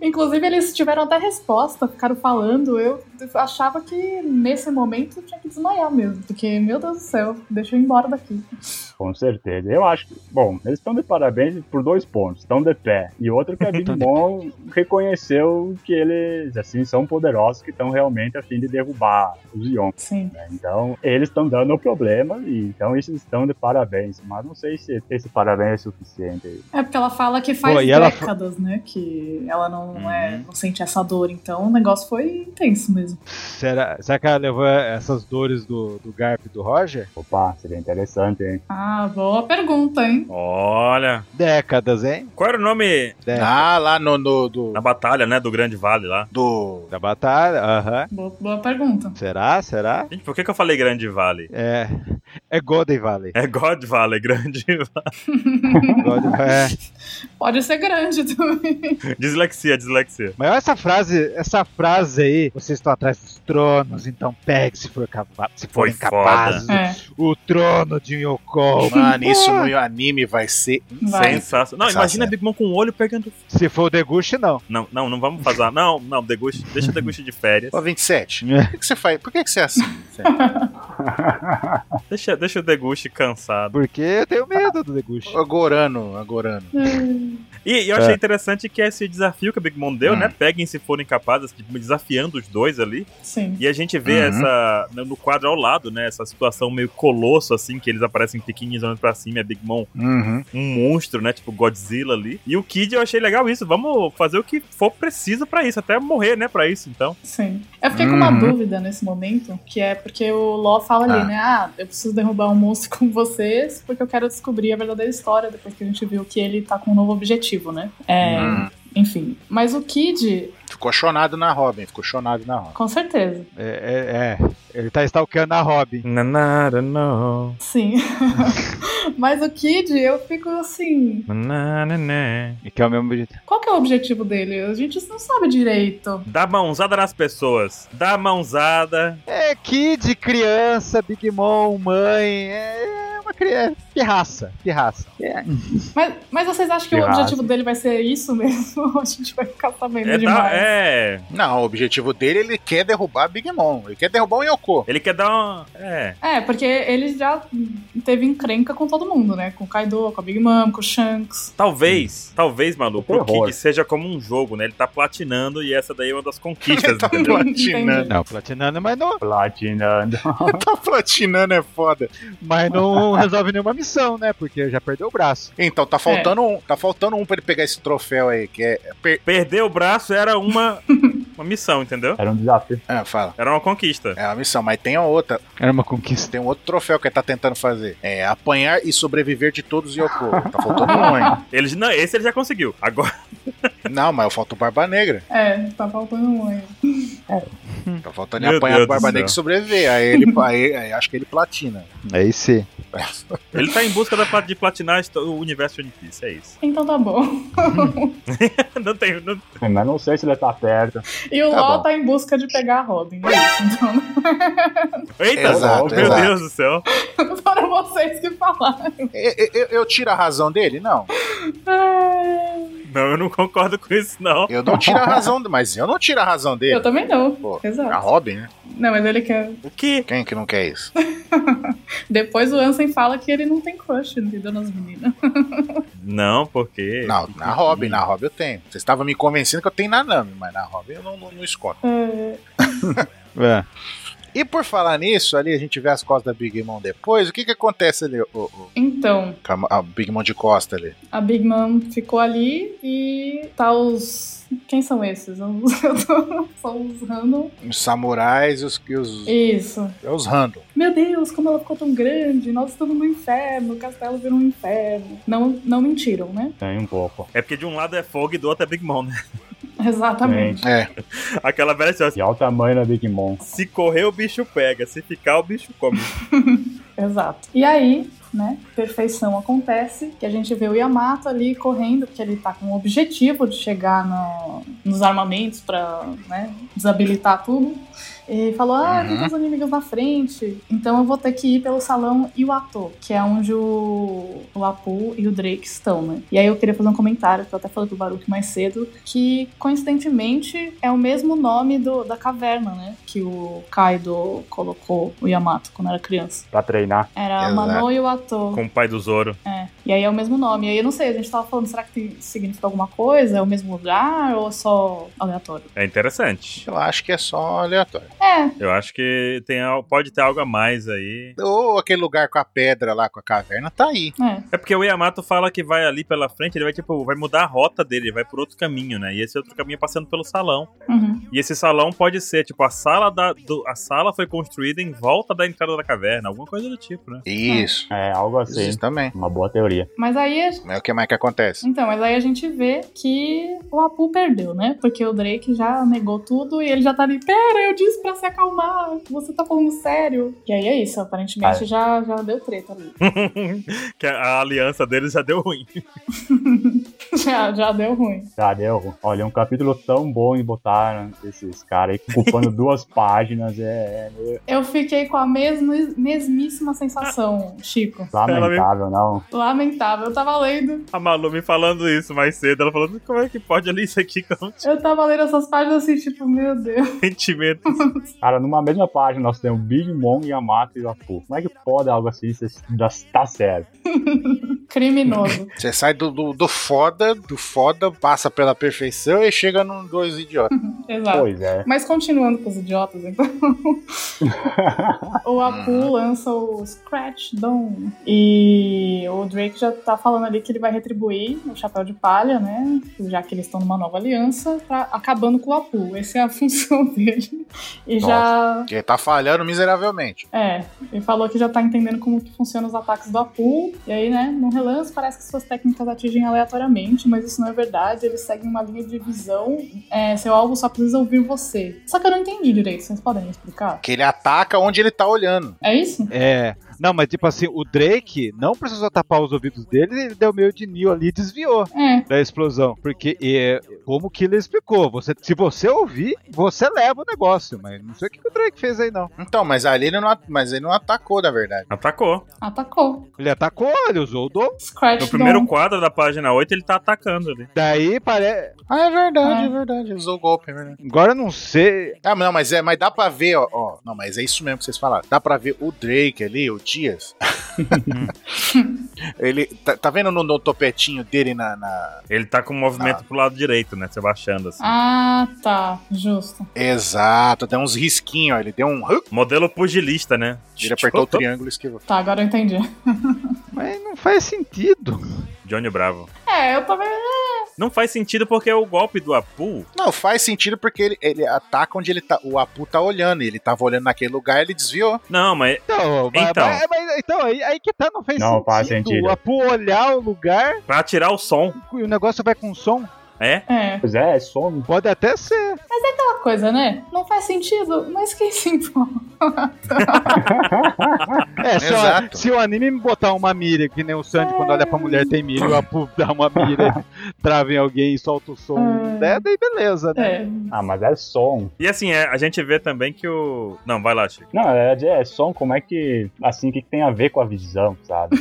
Speaker 5: Inclusive, eles tiveram até resposta, ficaram falando. Eu achava que nesse momento eu tinha que desmaiar mesmo. Porque, meu Deus do céu, deixa eu ir embora daqui.
Speaker 3: Com certeza. Eu acho que, bom, eles estão de parabéns por dois pontos. Estão de pé. E outro que é a Big Mom reconheceu que eles, assim, são poderosos, que estão realmente a fim de derrubar os Yonkos.
Speaker 5: Sim.
Speaker 3: né? Então, eles estão dando o problema, e então eles estão de parabéns. Mas não sei se esse parabéns é suficiente.
Speaker 5: É porque ela fala que faz
Speaker 6: Pô, e ela fa-
Speaker 5: décadas, né? Que ela não,
Speaker 2: Uhum.
Speaker 5: é, não sente essa dor. Então, o negócio foi intenso mesmo.
Speaker 6: Será, será que ela levou essas dores do, do Garp e do Roger?
Speaker 3: Opa, seria interessante, hein?
Speaker 5: Ah, boa pergunta, hein?
Speaker 2: Olha.
Speaker 6: Décadas, hein?
Speaker 2: Qual era o nome
Speaker 6: Décadas.
Speaker 1: Ah, lá no, no- do,
Speaker 2: na batalha, né? Do Grande Vale lá.
Speaker 1: do.
Speaker 6: Da batalha, aham.
Speaker 5: Boa, boa pergunta.
Speaker 6: Será? Será?
Speaker 2: Gente, por que, que eu falei Grande Vale?
Speaker 6: É. É Golden Valley.
Speaker 2: É God Valley, Grande Vale.
Speaker 6: Golden Valley. É.
Speaker 5: Pode ser grande também.
Speaker 2: Dislexia, dislexia.
Speaker 6: Mas olha essa frase, essa frase aí, vocês estão atrás dos tronos, então pegue se for capaz, se
Speaker 2: Foi
Speaker 6: forem capazes,
Speaker 5: É,
Speaker 6: o trono de Yoko.
Speaker 1: Mano, isso no anime vai ser
Speaker 5: vai.
Speaker 2: Sensacional. Não,
Speaker 1: Sensacional.
Speaker 2: imagina a Big Mom com o olho pegando.
Speaker 6: Se for o Deguchi, não.
Speaker 2: Não, não, não vamos fazer. Não, não, deguste, deixa o deguste de férias.
Speaker 1: Ó, 27.
Speaker 6: É.
Speaker 1: Por que, que você faz? Por que, que você é assim?
Speaker 2: Deixa, deixa o deguste cansado.
Speaker 6: Porque eu tenho medo do Deguchi.
Speaker 1: Agorano, agorano.
Speaker 5: Ah,
Speaker 2: E, e eu achei interessante que esse desafio que a Big Mom deu,
Speaker 1: É. Hum.
Speaker 2: né? Peguem se forem capazes, tipo, desafiando os dois ali.
Speaker 5: Sim.
Speaker 2: E a gente vê
Speaker 1: Uhum.
Speaker 2: essa. no- No quadro ao lado, né? Essa situação meio colosso, assim, que eles aparecem pequenininhos olhando pra cima e a Big Mom
Speaker 1: Uhum.
Speaker 2: um monstro, né? Tipo Godzilla ali. E o Kid eu achei legal isso. Vamos fazer o que for preciso pra isso, até morrer, né? Pra isso, então.
Speaker 5: Sim. Eu fiquei com uma
Speaker 1: Uhum.
Speaker 5: dúvida nesse momento, que é porque o Ló fala ali,
Speaker 1: Ah.
Speaker 5: né? Ah, eu preciso derrubar um monstro com vocês, porque eu quero descobrir a verdadeira história, depois que a gente viu que ele tá com um novo objetivo, né? É,
Speaker 1: Uhum.
Speaker 5: Enfim. Mas o Kid,
Speaker 1: Ficou chonado na Robin, ficou chonado na Robin.
Speaker 5: com certeza.
Speaker 6: É, é, é. ele tá stalkeando a Robin.
Speaker 2: Nanara, não.
Speaker 5: Sim. Mas o Kid, eu fico assim.
Speaker 2: Nananã.
Speaker 6: E que é o mesmo objetivo.
Speaker 5: Qual que é o objetivo dele? A gente não sabe direito.
Speaker 2: Dá mãozada nas pessoas. Dá mãozada.
Speaker 6: É Kid, criança, Big Mom, mãe. É uma criança. Que raça, que raça.
Speaker 5: Mas, mas vocês acham que
Speaker 3: Que
Speaker 5: o
Speaker 3: raça.
Speaker 5: objetivo dele vai ser isso mesmo? A gente vai ficar sabendo
Speaker 2: É,
Speaker 5: demais.
Speaker 2: dá- é.
Speaker 1: Não, o objetivo dele, ele quer derrubar a Big Mom. Ele quer derrubar o Yoko.
Speaker 2: Ele quer dar uma. É.
Speaker 5: É, porque ele já teve encrenca com todo mundo, né? Com o Kaido, com a Big Mom, com o Shanks.
Speaker 2: Talvez, talvez,
Speaker 1: É
Speaker 2: maluco,
Speaker 3: O
Speaker 2: pro
Speaker 3: terror.
Speaker 2: Kid seja como um jogo, né? Ele tá platinando e essa daí é uma das conquistas,
Speaker 1: Ele tá
Speaker 2: entendeu?
Speaker 1: platinando.
Speaker 6: Não, platinando, mas não,
Speaker 3: Platinando.
Speaker 1: tá platinando, é foda.
Speaker 6: mas não resolve nenhuma missão, né? Porque já perdeu o braço.
Speaker 1: Então, tá faltando um. Tá faltando um pra ele pegar esse troféu aí, que é. per-
Speaker 2: Perder o braço era uma, uma missão, entendeu?
Speaker 3: Era um desafio.
Speaker 1: Ah, fala.
Speaker 2: Era uma conquista.
Speaker 1: É uma missão, mas tem a outra.
Speaker 6: Era uma conquista.
Speaker 1: Tem um outro troféu que ele tá tentando fazer. É apanhar e sobreviver de todos os Yoko. Tá faltando um, hein?
Speaker 2: Ele, não, esse ele já conseguiu. Agora,
Speaker 1: Não, mas falta o Barba Negra.
Speaker 5: É, tá faltando um aí.
Speaker 1: Tá faltando ele
Speaker 2: Meu
Speaker 1: apanhar
Speaker 2: Deus
Speaker 1: do Barba
Speaker 2: do
Speaker 1: Negra e
Speaker 2: céu.
Speaker 1: sobreviver. Aí ele aí- aí acho que ele platina.
Speaker 6: É esse.
Speaker 2: Ele tá em busca da, de platinar esto- o universo de One Piece, é isso.
Speaker 5: Então tá bom.
Speaker 2: Não tem. Não...
Speaker 3: Mas não sei se ele tá perto.
Speaker 5: E o
Speaker 1: Tá
Speaker 5: LOL
Speaker 1: bom.
Speaker 5: tá em busca de pegar a Robin. É isso. Então,
Speaker 2: Eita,
Speaker 1: Exato,
Speaker 2: meu
Speaker 1: exato.
Speaker 2: Deus do céu.
Speaker 5: foram vocês que falaram.
Speaker 1: Eu, eu- eu tiro a razão dele? Não.
Speaker 5: É,
Speaker 2: Não, eu não concordo com isso, não.
Speaker 1: Eu não tiro a razão, do- mas eu não tiro a razão
Speaker 5: Eu
Speaker 1: dele.
Speaker 5: também não.
Speaker 1: Pô, A
Speaker 5: Exato.
Speaker 1: Robin, né?
Speaker 5: Não, mas ele quer.
Speaker 2: O quê?
Speaker 1: Quem que não quer isso?
Speaker 5: Depois o Ansem fala que ele não tem crush, entendeu? Nas meninas.
Speaker 2: Não, porque.
Speaker 1: Não, na Robin, na Robin eu tenho. Vocês estavam me convencendo que eu tenho na Nami, mas na Robin eu não, não, não escondo.
Speaker 5: É,
Speaker 6: É.
Speaker 1: E por falar nisso, ali a gente vê as costas da Big Mom depois, o que que acontece ali, o, o-
Speaker 5: Então,
Speaker 1: com a- a Big Mom de costa ali?
Speaker 5: a Big Mom ficou ali e tá os. Quem são esses? Os- eu tô- São os random.
Speaker 1: Os samurais e os, e os,
Speaker 5: Isso.
Speaker 1: é os random.
Speaker 5: Meu Deus, como ela ficou tão grande, nós estamos no inferno, o castelo virou um inferno. Não, não mentiram, né?
Speaker 3: Tem um pouco.
Speaker 2: É porque de um lado é Fog e do outro é Big Mom, né?
Speaker 5: Exatamente.
Speaker 1: É,
Speaker 2: Aquela velha história.
Speaker 3: E olha o tamanho da Big Mom.
Speaker 2: Se correr, o bicho pega. Se ficar, o bicho come.
Speaker 5: Exato. E aí, né, perfeição acontece, que a gente vê o Yamato ali correndo, porque ele tá com o objetivo de chegar no- nos armamentos pra, né, desabilitar tudo. E falou, ah, tem
Speaker 1: Uhum.
Speaker 5: os inimigos na frente, então eu vou ter que ir pelo salão Iwato, que é onde o, o Apu e o Drake estão, né? E aí eu queria fazer um comentário, que eu até falei do Baruch mais cedo, que coincidentemente é o mesmo nome do, da caverna, né? Que o Kaido colocou o Yamato quando era criança.
Speaker 3: Pra treinar.
Speaker 5: Era
Speaker 1: Exato.
Speaker 5: Mano e o ator.
Speaker 2: Com o pai do Zoro.
Speaker 5: É. E aí é o mesmo nome. E aí eu não sei, a gente tava falando, será que tem- significa alguma coisa? É o mesmo lugar ou é só aleatório?
Speaker 2: É interessante.
Speaker 1: eu acho que é só aleatório.
Speaker 5: É,
Speaker 2: Eu acho que tem, al- pode ter algo a mais aí.
Speaker 1: Ou aquele lugar com a pedra lá, com a caverna, tá aí.
Speaker 5: é.
Speaker 2: É porque o Yamato fala que vai ali pela frente, ele vai, tipo, vai mudar a rota dele, vai por outro caminho, né? E esse outro caminho é passando pelo salão.
Speaker 5: Uhum.
Speaker 2: E esse salão pode ser, tipo, a sala da. do- a sala foi construída em volta da entrada da caverna, alguma coisa do tipo, né?
Speaker 5: Hum.
Speaker 1: Isso,
Speaker 3: É, algo
Speaker 1: isso
Speaker 3: assim.
Speaker 1: também.
Speaker 3: Uma boa teoria.
Speaker 5: Mas aí. a-
Speaker 1: É o que mais que acontece.
Speaker 5: Então, mas aí a gente vê que o Apu perdeu, né? Porque o Drake já negou tudo e ele já tá ali, pera, eu disse pra se acalmar, você tá falando sério. E aí é isso, aparentemente
Speaker 3: Ah.
Speaker 5: já, já deu treta ali.
Speaker 2: que a, a aliança deles já deu ruim.
Speaker 5: já, já deu ruim.
Speaker 3: Cara, eu, olha, um capítulo tão bom em botar esses caras aí ocupando duas páginas. É, é
Speaker 5: Eu fiquei com a mesma, mesmíssima sensação, Chico.
Speaker 3: lamentável, não.
Speaker 5: Lamentável. Eu tava lendo
Speaker 2: A Malu me falando isso mais cedo, ela falando, como é que pode ali isso aqui com
Speaker 5: Eu tava lendo essas páginas assim, tipo, meu Deus.
Speaker 2: sentimento?
Speaker 3: Cara, numa mesma página nós temos Big Mom, Yamato e Apu. Como é que pode algo assim se dá- tá certo?
Speaker 5: Criminoso.
Speaker 1: Você sai do, do, do foda, do foda, passa pela perfeição e chega num dois idiotas.
Speaker 2: Ah.
Speaker 5: Exato.
Speaker 3: Pois é.
Speaker 5: Mas continuando com os idiotas, então. o Apu lança o Scratch Down. E o Drake já tá falando ali que ele vai retribuir o chapéu de palha, né? Já que eles estão numa nova aliança, tá acabando com o Apu. Essa é a função dele. E
Speaker 1: Nossa.
Speaker 5: já
Speaker 1: Porque tá falhando miseravelmente.
Speaker 5: É, ele falou que já tá entendendo como que funcionam os ataques do Apu, e aí, né, num relance parece que suas técnicas atingem aleatoriamente, mas isso não é verdade, eles seguem uma linha de visão, é, seu alvo só precisa ouvir você. Só que eu não entendi direito, vocês podem me explicar?
Speaker 1: Que ele ataca onde ele tá olhando.
Speaker 5: É isso?
Speaker 6: É. Não, mas tipo assim, o Drake não precisou tapar os ouvidos dele, ele deu meio de Neo ali e desviou
Speaker 5: É,
Speaker 6: da explosão. Porque, é, como que ele explicou, você, se você ouvir, você leva o negócio. Mas não sei o que que o Drake fez aí, não.
Speaker 1: Então, mas ali ele não, at- mas ele não atacou, na verdade.
Speaker 2: Atacou.
Speaker 5: atacou.
Speaker 6: Ele atacou, ele usou o dom.
Speaker 5: Scratch
Speaker 2: No primeiro
Speaker 5: down.
Speaker 2: quadro da página 8, ele tá atacando ali.
Speaker 6: Daí parece.
Speaker 1: Ah, é verdade,
Speaker 5: É.
Speaker 1: é verdade. Ele usou o golpe, é verdade.
Speaker 6: Agora eu não sei.
Speaker 1: Ah, mas não, mas é, mas dá pra ver, ó, ó. Não, mas é isso mesmo que vocês falaram. Dá pra ver o Drake ali, o Dias. ele. Tá, tá vendo no, no topetinho dele na- na.
Speaker 2: Ele tá com o movimento
Speaker 1: Ah.
Speaker 2: pro lado direito, né? Você baixando assim.
Speaker 5: Ah, tá, justo.
Speaker 1: Exato, deu uns risquinhos, ó. Ele deu um.
Speaker 2: Modelo pugilista, né?
Speaker 1: Ele apertou o triângulo e esquivou.
Speaker 5: Tá, agora eu entendi.
Speaker 6: Mas não faz sentido.
Speaker 2: Johnny Bravo.
Speaker 5: É, eu também...
Speaker 2: Não faz sentido porque é o golpe do Apu.
Speaker 1: Não, faz sentido porque ele, ele ataca onde ele tá. O Apu tá olhando. Ele tava olhando naquele lugar ele desviou.
Speaker 2: Não, mas
Speaker 6: Então, mas-
Speaker 2: Então.
Speaker 6: mas- mas- então aí, aí que tá, não fez
Speaker 3: Não
Speaker 6: sentido.
Speaker 3: faz sentido.
Speaker 6: O Apu olhar o lugar
Speaker 2: é pra tirar o som.
Speaker 6: e o negócio vai com som.
Speaker 2: É?
Speaker 5: É.
Speaker 3: Pois é, é some.
Speaker 6: Pode até ser.
Speaker 5: Aquela coisa, né? Não faz sentido, mas quem se importa?
Speaker 6: É, se,
Speaker 1: Exato.
Speaker 6: o, se o anime me botar uma mira, que nem o Sandy quando olha pra mulher tem mira, eu apu- dá uma mira, trava em alguém e solta o som.
Speaker 5: É.
Speaker 6: É, daí beleza, né?
Speaker 5: É.
Speaker 3: Ah, mas é som.
Speaker 2: E assim, é, a gente vê também que o. Não, vai lá, Chico.
Speaker 3: Não, na verdade é som, como é que. Assim, o que, que tem a ver com a visão, sabe?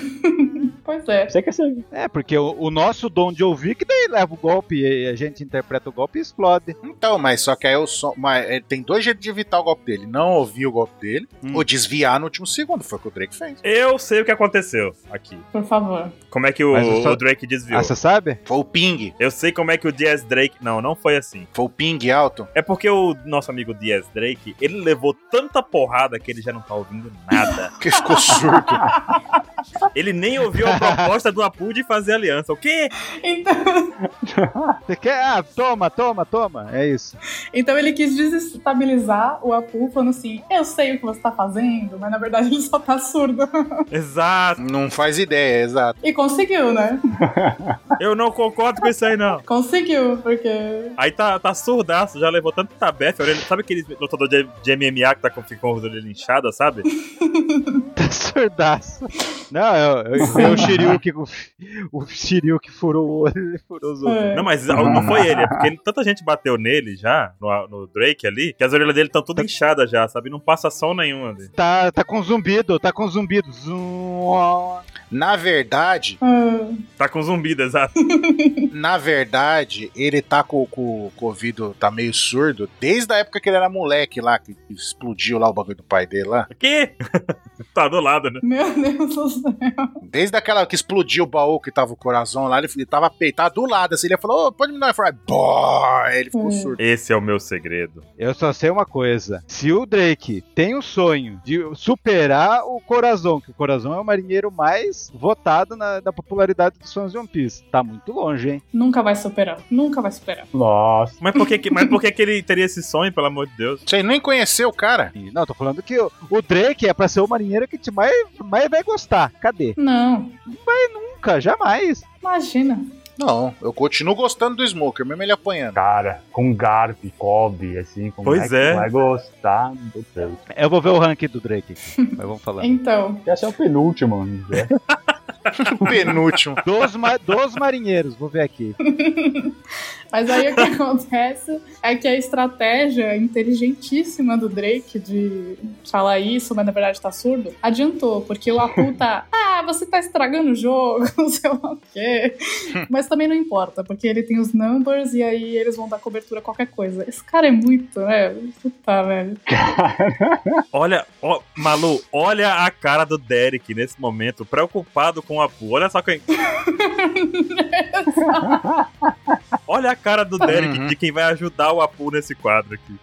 Speaker 5: Pois é.
Speaker 3: Você que você.
Speaker 6: É, porque o, o nosso dom de ouvir que daí leva o golpe e a gente interpreta o golpe e explode.
Speaker 1: Então, mas só que aí o som. Mas é, tem dois jeitos de evitar o golpe dele: não ouvir o golpe dele
Speaker 6: Hum.
Speaker 1: ou desviar no último segundo. Foi o que o Drake fez.
Speaker 2: Eu sei o que aconteceu aqui.
Speaker 5: Por favor.
Speaker 2: Como é que o,
Speaker 6: Mas eu só-
Speaker 2: o Drake desviou?
Speaker 6: Ah, você sabe?
Speaker 1: Foi o ping.
Speaker 2: Eu sei como é que o Diaz Drake. Não, não foi assim.
Speaker 1: Foi o ping alto.
Speaker 2: É porque o nosso amigo Diaz Drake, ele levou tanta porrada que ele já não tá ouvindo nada.
Speaker 1: Porque ficou surdo.
Speaker 2: ele nem ouviu a proposta do Apu de fazer aliança. O quê?
Speaker 5: Então,
Speaker 6: Você quer? Ah, toma, toma, toma. É isso.
Speaker 5: então ele quis desestabilizar o Apu, falando assim: eu sei o que você tá fazendo, mas na verdade ele só tá surdo.
Speaker 2: Exato.
Speaker 1: não faz ideia, exato.
Speaker 5: E conseguiu, né?
Speaker 2: Eu não concordo com isso aí, não.
Speaker 5: Conseguiu, porque.
Speaker 2: Aí tá, tá surdaço, já levou tanto tabefe, a orelha. Sabe aquele lutador de, de MMA que tá com, ficou com a orelha inchada, sabe?
Speaker 6: Tá surdaço. Não, eu, eu, foi o Shiryu que o, o Shiryu que furou o olho, ele furou os olhos.
Speaker 5: É.
Speaker 2: Não, mas não foi ele, é porque ele- tanta gente bateu nele já, no, no Drake ali, que as orelhas dele estão tudo inchadas já, sabe? Não passa som nenhum ali.
Speaker 6: Tá, tá com zumbido, tá com zumbido. Zum.
Speaker 1: Na verdade,
Speaker 5: Ah,
Speaker 2: Tá com zumbido, exato.
Speaker 1: na verdade, ele tá com, com com o ouvido, tá meio surdo, desde a época que ele era moleque lá, que explodiu lá o bagulho do pai dele lá.
Speaker 2: O quê? tá do lado, né?
Speaker 5: meu Deus do céu.
Speaker 1: Desde aquela que explodiu o baú que tava o coração lá, ele, ele tava peitado do lado, assim, ele falou, "Ô, pode me dar uma frase. Aí ele ficou
Speaker 5: Hum.
Speaker 1: surdo.
Speaker 2: Esse é o meu segredo.
Speaker 6: Eu só sei uma coisa. Se o Drake tem o sonho de superar o Corazon, que o Corazon é o marinheiro mais votado na, da popularidade dos fãs de One Piece, tá muito longe, hein?
Speaker 5: Nunca vai superar. Nunca vai superar.
Speaker 3: Nossa.
Speaker 2: Mas por que, que- mas por que, que ele teria esse sonho, pelo amor de Deus?
Speaker 1: Você nem conheceu o cara?
Speaker 6: E, não, tô falando que o, o Drake é pra ser o marinheiro que te mais, mais vai gostar. Cadê?
Speaker 5: Não.
Speaker 6: Nunca, jamais.
Speaker 5: Imagina.
Speaker 1: Não, eu continuo gostando do Smoker, mesmo ele apanhando.
Speaker 3: Cara, com garfo e cobre, assim, como
Speaker 2: Pois
Speaker 3: que
Speaker 2: é.
Speaker 3: vai gostar? Meu Deus.
Speaker 6: Eu vou ver o ranking do Drake aqui, mas vamos
Speaker 2: Tá.
Speaker 6: falar.
Speaker 5: Então.
Speaker 3: Esse é o penúltimo, né? mano.
Speaker 1: Penúltimo.
Speaker 6: Dos, ma- dos marinheiros, vou ver aqui.
Speaker 5: Mas aí o que acontece é que a estratégia inteligentíssima do Drake de falar isso, mas na verdade tá surdo, adiantou, porque o Apu tá, ah, você tá estragando o jogo, não sei lá o quê. Mas também não importa, porque ele tem os numbers e aí eles vão dar cobertura a qualquer coisa. Esse cara é muito, né? Puta, velho.
Speaker 2: Olha, ó, Malu, olha a cara do Derek nesse momento, preocupado com o Apu. Olha só quem. olha a cara do Derek
Speaker 1: Uhum.
Speaker 2: de quem vai ajudar o Apu nesse quadro aqui.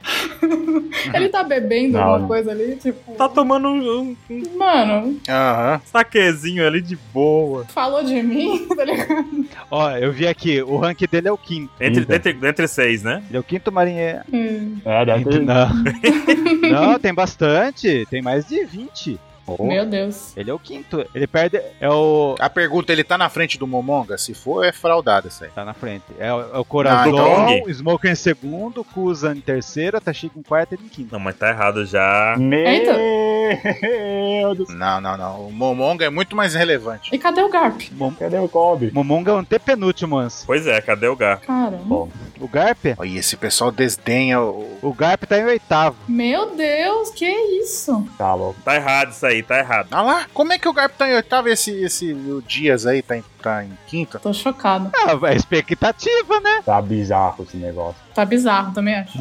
Speaker 5: Ele tá bebendo
Speaker 3: Não,
Speaker 5: alguma
Speaker 3: não.
Speaker 5: coisa ali, tipo.
Speaker 2: Tá tomando um, um
Speaker 5: Mano,
Speaker 1: Aham.
Speaker 2: saquezinho ali de boa.
Speaker 5: falou de mim, tá ligado?
Speaker 6: Ó, eu vi aqui, o ranking dele é o quinto.
Speaker 2: Entre,
Speaker 3: Eita.
Speaker 2: entre, entre seis, né?
Speaker 6: Ele é o quinto marinheiro.
Speaker 5: Hum,
Speaker 3: É, deve ter...
Speaker 6: Não. Não, tem bastante. Tem mais de 20.
Speaker 5: Meu Deus.
Speaker 6: Ele é o quinto. Ele perde. É o.
Speaker 1: A pergunta, ele tá na frente do Momonga? Se for, é fraudado essa aí.
Speaker 6: Tá na frente. É o, é o Corazon,
Speaker 2: Ah, então-
Speaker 6: Smoker em segundo, Kuzan em terceiro, Tashiko em quarto e ele em quinto.
Speaker 2: Não, mas tá errado já.
Speaker 5: Eita.
Speaker 3: Meu Deus.
Speaker 1: Não, não, não. O Momonga é muito mais relevante.
Speaker 5: E cadê o Garp?
Speaker 6: Mom-
Speaker 3: Cadê o Kobe?
Speaker 6: Momonga é o antepenúltimo, Anse.
Speaker 2: Pois é, cadê o Gar?
Speaker 5: Caramba.
Speaker 6: O Garp?
Speaker 1: E esse pessoal desdenha o.
Speaker 6: O Garp tá em oitavo.
Speaker 5: Meu Deus, que isso?
Speaker 3: Tá louco.
Speaker 2: Tá errado isso aí, tá errado.
Speaker 1: Ah lá, como é que o Garp tá em oitavo e esse, esse o Dias aí tá em, tá em quinto?
Speaker 5: Tô chocada.
Speaker 6: Ah, a expectativa, né?
Speaker 3: Tá bizarro esse negócio.
Speaker 5: Tá bizarro também, acho.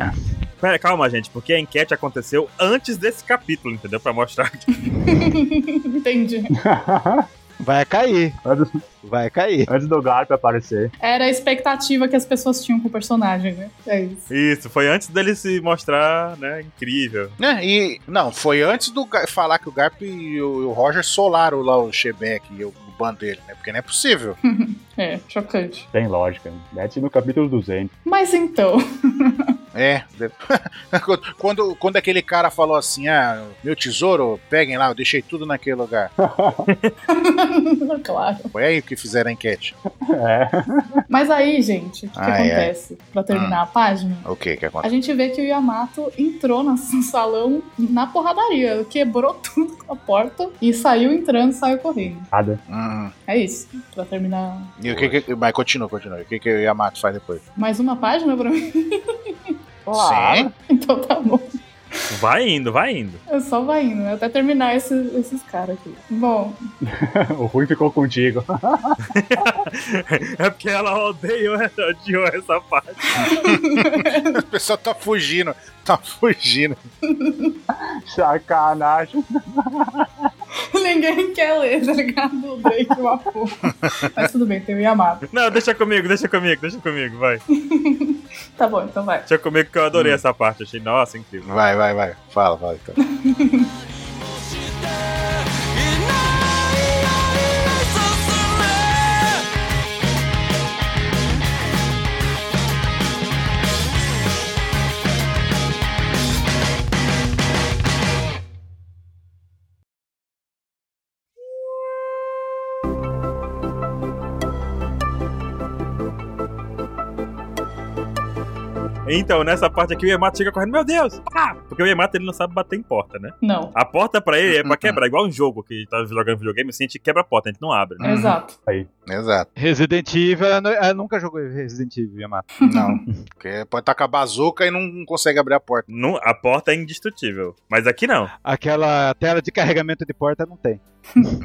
Speaker 2: Pera, calma, gente, porque a enquete aconteceu antes desse capítulo, entendeu? Pra mostrar. que-
Speaker 5: Entendi.
Speaker 6: Vai cair. Vai cair.
Speaker 3: Antes do garfo aparecer.
Speaker 5: Era a expectativa que as pessoas tinham com o personagem, né? É isso.
Speaker 2: Isso, foi antes dele se mostrar, né? Incrível.
Speaker 1: Né? E. Não, foi antes do Gar- falar que o Garp e o, e o Roger solaram lá o Shebeck e o, o bando dele, né? Porque não é possível.
Speaker 5: É, chocante.
Speaker 3: Tem lógica. Mete no capítulo 200.
Speaker 5: Mas então,
Speaker 1: É. de- quando, quando aquele cara falou assim, ah, meu tesouro, peguem lá, eu deixei tudo naquele lugar.
Speaker 5: claro.
Speaker 1: Foi aí que fizeram a enquete.
Speaker 3: É.
Speaker 5: Mas aí, gente, o que, que
Speaker 1: Ai, ai.
Speaker 5: acontece? Pra terminar a página,
Speaker 1: O que que
Speaker 5: a
Speaker 1: aconteceu?
Speaker 5: gente vê que o Yamato entrou no salão na porradaria, quebrou tudo com a porta e saiu entrando, saiu correndo.
Speaker 3: Nada.
Speaker 1: Hum.
Speaker 5: É isso, pra terminar
Speaker 1: E o que que... Mas continua, continua. O que que o Yamato faz depois?
Speaker 5: mais uma página pra mim.
Speaker 1: Sim.
Speaker 5: Então tá bom.
Speaker 2: Vai indo, vai indo.
Speaker 5: Eu só vai indo, né? até terminar esse- esses caras aqui. Bom,
Speaker 3: O Rui ficou contigo.
Speaker 2: É porque ela odeia, odiou essa parte.
Speaker 1: O pessoal tá fugindo. Tá fugindo.
Speaker 3: Sacanagem.
Speaker 5: ninguém quer ler, tá ligado? O Drake e o Apu. Mas tudo bem, tem o Yamato.
Speaker 2: Não, deixa comigo, deixa comigo, deixa comigo, vai.
Speaker 5: Tá bom, então vai.
Speaker 2: Deixa comigo que eu adorei essa parte. Achei, nossa, incrível.
Speaker 1: Vai, vai, vai. Fala, fala então.
Speaker 2: ',' Então, nessa parte aqui, o Yamato chega correndo, meu Deus! pá!" Porque o Yamato ele não sabe bater em porta, né?
Speaker 5: Não,
Speaker 2: A porta pra ele é pra quebrar, igual um jogo que tá jogando videogame, assim, a gente quebra a porta, a gente não abre, né?
Speaker 1: Uhum.
Speaker 5: exato.
Speaker 1: Exato.
Speaker 6: Resident Evil, eu nu- eu nunca joguei Resident Evil, Yamato.
Speaker 1: Não. Porque pode tacar bazuca e não consegue abrir a porta.
Speaker 2: Não- a porta é indestrutível. Mas aqui não.
Speaker 6: Aquela tela de carregamento de porta não tem.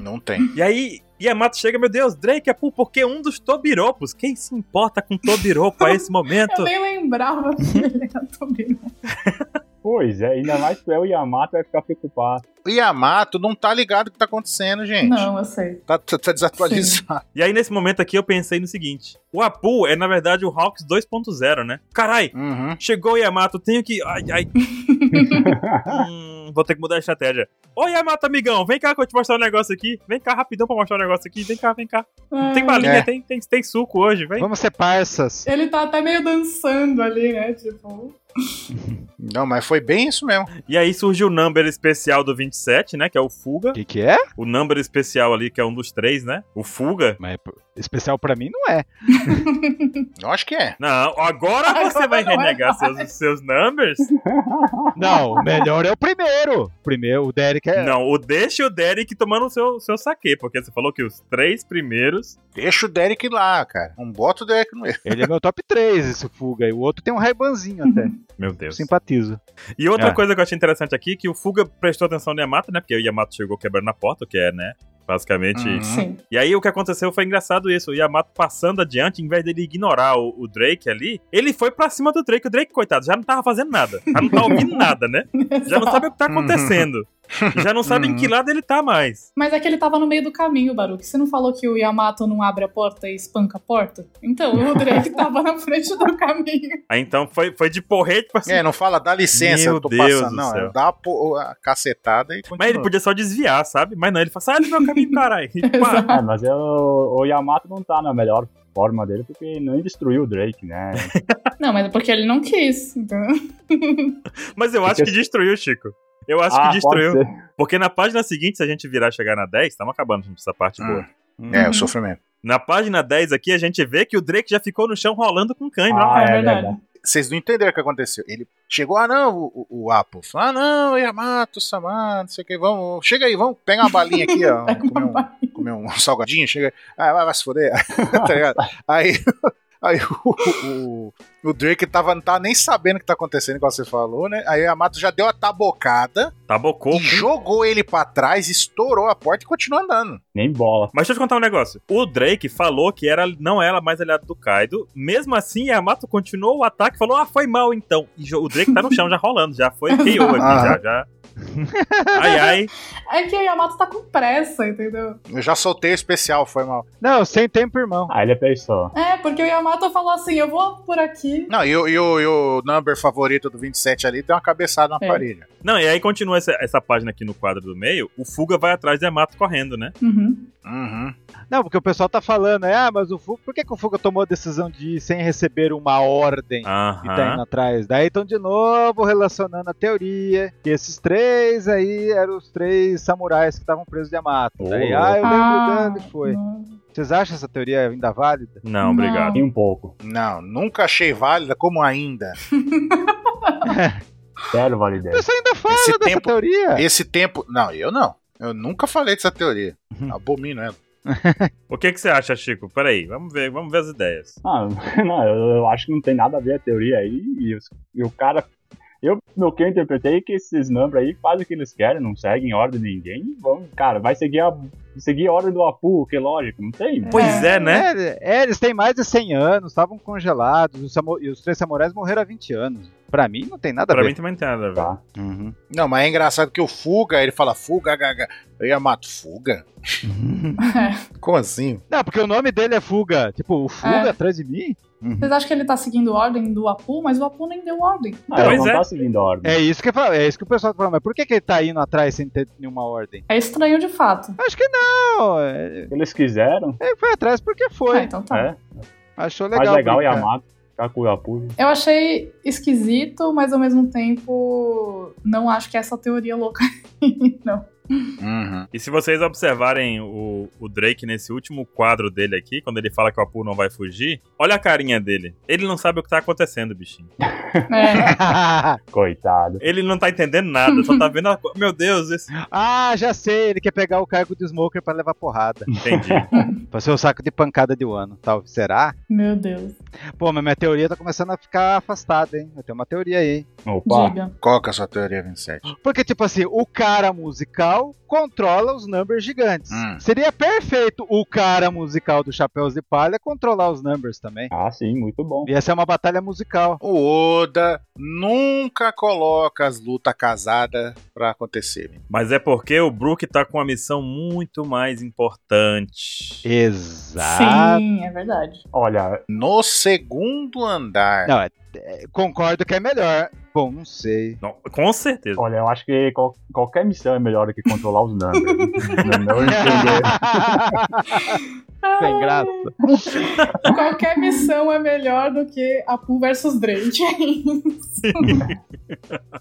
Speaker 1: Não tem.
Speaker 2: E aí, Yamato chega, meu Deus, Drake, Apu, porque um dos Tobiropos. Quem se importa com Tobiropo a esse
Speaker 5: Eu
Speaker 2: momento?
Speaker 5: nem lembrava que ele era Tobino.
Speaker 3: Pois é, ainda mais que o Yamato vai ficar preocupado.
Speaker 1: O Yamato não tá ligado o que tá acontecendo, gente.
Speaker 5: Não, eu sei.
Speaker 1: Tá, tá- tá desatualizado.
Speaker 2: E aí, nesse momento aqui, eu pensei no seguinte: o Apu é, na verdade, o Hawks 2.0, né? Carai,
Speaker 1: Uhum.
Speaker 2: chegou o Yamato, tenho que. Ai, ai. Hum, vou ter que mudar a estratégia. Ô, Yamato, amigão, vem cá que eu vou te mostrar um negócio aqui. Vem cá, rapidão pra mostrar um negócio aqui. Vem cá, vem cá. Tem balinha,
Speaker 1: É.
Speaker 2: tem, tem, tem suco hoje, vem.
Speaker 6: Vamos ser parças.
Speaker 5: Ele tá até meio dançando ali, né? Tipo.
Speaker 1: Não, mas foi bem isso mesmo.
Speaker 2: E aí surge o number especial do 27, né? Que é o Fuga.
Speaker 6: O que, que é?
Speaker 2: o number especial ali, que é um dos três, né? O Fuga.
Speaker 6: Mas pô, especial pra mim não é.
Speaker 1: Eu acho que é.
Speaker 2: Não, agora
Speaker 5: Agora
Speaker 2: você vai
Speaker 5: não é
Speaker 2: renegar seus, seus numbers?
Speaker 6: Não, o melhor é o primeiro. O primeiro, o Derek é.
Speaker 2: Não, o deixa o Derek tomando o seu, seu saque, porque você falou que os três primeiros.
Speaker 1: Deixa o Derek lá, cara. Não bota o Derek no erro.
Speaker 6: Ele é meu top 3, esse Fuga. E o outro tem um raibanzinho até.
Speaker 2: Meu
Speaker 6: Eu
Speaker 2: Deus.
Speaker 6: simpatizo.
Speaker 2: E outra
Speaker 6: É.
Speaker 2: coisa que eu achei interessante aqui, que o Fuga prestou atenção no Yamato, né? Porque o Yamato chegou quebrando a porta, o que é, né? Basicamente.
Speaker 1: Uhum.
Speaker 5: Sim.
Speaker 2: E aí o que aconteceu foi engraçado isso. O Yamato passando adiante, em vez dele ignorar o, o Drake ali, ele foi pra cima do Drake. O Drake, coitado, já não tava fazendo nada. Já não tá ouvindo nada, né? Já não sabe o que tá acontecendo. Já não sabe em que lado ele tá mais.
Speaker 5: Mas é que ele tava no meio do caminho, Baruque. Você não falou que o Yamato não abre a porta e espanca a porta? Então, o Drake tava na frente do caminho.
Speaker 2: Aí então foi, foi de porrete pra cima.
Speaker 1: É, não fala, dá licença,
Speaker 2: Meu
Speaker 1: eu tô
Speaker 2: Deus do
Speaker 1: passando. Não, é,
Speaker 2: céu.
Speaker 1: dá a, po- a cacetada e continua.
Speaker 2: Mas ele podia só desviar, sabe? Mas não, ele fala, sai do meu caminho, caralho. E pá.
Speaker 3: É, mas eu- o Yamato não tá na melhor forma dele porque nem destruiu o Drake, né?
Speaker 5: Não, mas é porque ele não quis. Então...
Speaker 2: Mas eu acho que destruiu, Chico. Eu acho
Speaker 3: Ah,
Speaker 2: que destruiu.
Speaker 3: pode ser.
Speaker 2: Porque na página seguinte, se a gente virar e chegar na 10, estamos acabando gente, essa parte
Speaker 1: Hum.
Speaker 2: boa.
Speaker 1: É, o sofrimento.
Speaker 2: Na página 10 aqui, a gente vê que o Drake já ficou no chão rolando com cãibra.
Speaker 3: Ah,
Speaker 5: é
Speaker 3: é
Speaker 5: verdade.
Speaker 3: verdade.
Speaker 1: Vocês não entenderam o que aconteceu. Ele chegou, ah não, o, o, o Apo. falou, Ah não, Yamato, Samar, não sei o que, vamos. Chega aí, vamos pegar uma balinha aqui, ó.
Speaker 5: Pega
Speaker 1: comer
Speaker 5: É uma
Speaker 1: um,
Speaker 5: balinha.
Speaker 1: comer um salgadinho, chega. Ah, vai, vai se foder. tá ligado? Aí, aí o, o, o Drake tava, não tava nem sabendo o que tá acontecendo, igual você falou, né? Aí o Yamato já deu a tabocada
Speaker 2: Tabocou.
Speaker 1: e jogou ele pra trás, estourou a porta e continuou andando.
Speaker 3: Nem bola.
Speaker 2: Mas deixa eu te contar um negócio. O Drake falou que era, não era mais aliado do Kaido. Mesmo assim, Yamato continuou o ataque e falou: Ah, foi mal então. E jo- o Drake tá no chão já rolando, já foi KO aqui, já,
Speaker 1: Ah.
Speaker 2: já. Ai, ai.
Speaker 5: É que o Yamato tá com pressa, entendeu?
Speaker 1: Eu já soltei o especial, foi mal.
Speaker 6: Não, sem tempo, irmão.
Speaker 3: Aí ele pensou.
Speaker 5: É, porque o Yamato falou assim: eu vou por aqui.
Speaker 1: Não, e o, e o, e o number favorito do 27 ali tem uma cabeçada na
Speaker 5: É.
Speaker 1: parede.
Speaker 2: Não, e aí continua essa, essa página aqui no quadro do meio. O Fuga vai atrás de Yamato correndo, né?
Speaker 5: Uhum.
Speaker 1: Uhum.
Speaker 6: Não, porque o pessoal tá falando, é, ah, mas o Fuga, por que, que o Fuga tomou a decisão de ir sem receber uma ordem? E tá
Speaker 2: Aham.
Speaker 6: indo atrás. Daí estão de novo relacionando a teoria que esses três aí eram os três samurais que estavam presos de Yamato.
Speaker 2: Ô,
Speaker 6: Daí,
Speaker 2: louco.
Speaker 6: ah, eu lembro
Speaker 5: Ah,
Speaker 6: dando e foi.
Speaker 5: não.
Speaker 6: Vocês acham essa teoria ainda válida?
Speaker 2: Não, obrigado.
Speaker 3: E um pouco.
Speaker 1: Não, nunca achei válida como ainda.
Speaker 3: Zero validez.
Speaker 6: Você ainda fala
Speaker 1: Esse
Speaker 6: dessa
Speaker 1: tempo-
Speaker 6: teoria?
Speaker 1: Esse tempo. Não, eu não. Eu nunca falei dessa teoria. Abomino ela.
Speaker 2: O que, que você acha, Chico? Peraí, vamos ver, vamos ver as ideias.
Speaker 3: Ah, não, eu, eu acho que não tem nada a ver a teoria aí. E, os- e o cara. Eu, no que eu interpretei, que esses Nambra aí fazem o que eles querem, não seguem ordem de ninguém. e Vão, cara, vai seguir a, seguir a ordem do Apu, que é lógico, não tem.
Speaker 2: Pois é, né?
Speaker 6: É, é, eles têm mais de 100 anos, estavam congelados, os samu- e os três samurais morreram há 20 anos. Pra mim, não tem nada
Speaker 2: Pra
Speaker 6: a
Speaker 2: mim
Speaker 6: ver.
Speaker 2: também não tem nada a ver.
Speaker 3: Tá.
Speaker 6: Uhum.
Speaker 1: Não, mas é engraçado que o Fuga, ele fala Fuga, gaga. Eu ia mato Fuga? Como assim?
Speaker 6: não, porque o nome dele é Fuga. Tipo, o Fuga
Speaker 5: É.
Speaker 6: atrás de mim? Uhum.
Speaker 5: Vocês acham que ele tá seguindo ordem do Apu, mas o Apu nem deu ordem.
Speaker 3: Ah, ela
Speaker 2: Pois
Speaker 3: não
Speaker 2: é.
Speaker 3: tá seguindo a ordem.
Speaker 6: É isso que eu falo, é isso que o pessoal tá falando. Mas por que, que ele tá indo atrás sem ter nenhuma ordem?
Speaker 5: É estranho de fato.
Speaker 6: Acho que não. é-
Speaker 3: Eles quiseram,
Speaker 6: Ele foi atrás porque foi.
Speaker 5: Ah, então tá.
Speaker 3: é.
Speaker 6: Achou
Speaker 3: Mas
Speaker 6: legal.
Speaker 3: legal é
Speaker 6: brincar.
Speaker 3: Yamato, ficar com o Apu.
Speaker 5: Eu achei esquisito, mas ao mesmo tempo não acho que é essa teoria louca. não.
Speaker 1: Uhum.
Speaker 2: E se vocês observarem o, o Drake nesse último quadro dele aqui, quando ele fala que o Apu não vai fugir, olha a carinha dele. Ele não sabe o que tá acontecendo, bichinho.
Speaker 5: É,
Speaker 3: Coitado.
Speaker 2: Ele não tá entendendo nada, só tá vendo a... co- Meu Deus, esse...
Speaker 6: ah, já sei, ele quer pegar o cargo do Smoker pra levar porrada.
Speaker 2: Entendi.
Speaker 6: pra ser o saco de pancada de Wano, tal. Será?
Speaker 5: meu Deus.
Speaker 6: Pô, mas minha teoria tá começando a ficar afastada, hein? Eu tenho uma teoria aí, hein?
Speaker 3: Opa,
Speaker 5: Diga.
Speaker 1: Qual que é a sua teoria 27?
Speaker 6: Porque, tipo assim, o cara musical controla os numbers gigantes.
Speaker 1: Hum.
Speaker 6: Seria perfeito o cara musical do Chapéus de Palha controlar os numbers também.
Speaker 3: ah sim, muito bom.
Speaker 6: Ia ser uma batalha musical.
Speaker 1: O Oda nunca coloca as lutas casadas pra acontecerem.
Speaker 2: Mas é porque o Brook tá com uma missão muito mais importante.
Speaker 6: Exato.
Speaker 5: Sim, é verdade.
Speaker 3: Olha,
Speaker 1: No segundo andar.
Speaker 6: Não, é- é, concordo que é melhor. Bom, não sei.
Speaker 2: Não, com certeza.
Speaker 3: olha, eu acho que qual- qualquer missão é melhor do que controlar os numbers. não, não entender.
Speaker 6: Sem graça.
Speaker 5: Ah, Qualquer missão é melhor do que Apu versus Drake.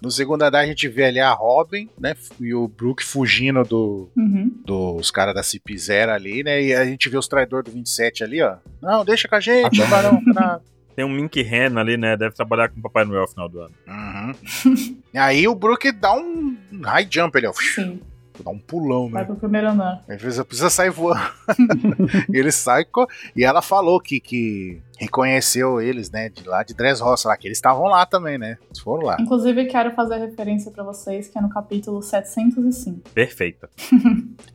Speaker 1: No segundo andar a gente vê ali a Robin, né? E o Brook fugindo do,
Speaker 5: Uhum.
Speaker 1: dos caras da cip Zero ali, né? E a gente vê os traidores do 27 ali, ó. Não, deixa com a gente, barão. pra-
Speaker 2: Tem um Mink Ren ali, né? Deve trabalhar com o Papai Noel no final do ano.
Speaker 1: Uhum. E aí o Brook dá um high jump ali, ó.
Speaker 5: Sim,
Speaker 1: Dá um pulão,
Speaker 5: vai
Speaker 1: né?
Speaker 5: pro primeiro andar.
Speaker 1: Às vezes precisa sair voando. E ele sai co- e ela falou que, que reconheceu eles, né? De lá de Dress Roça, lá, que eles estavam lá também, né? Eles foram lá.
Speaker 5: Inclusive, quero fazer referência pra vocês que é no capítulo 705.
Speaker 2: Perfeita.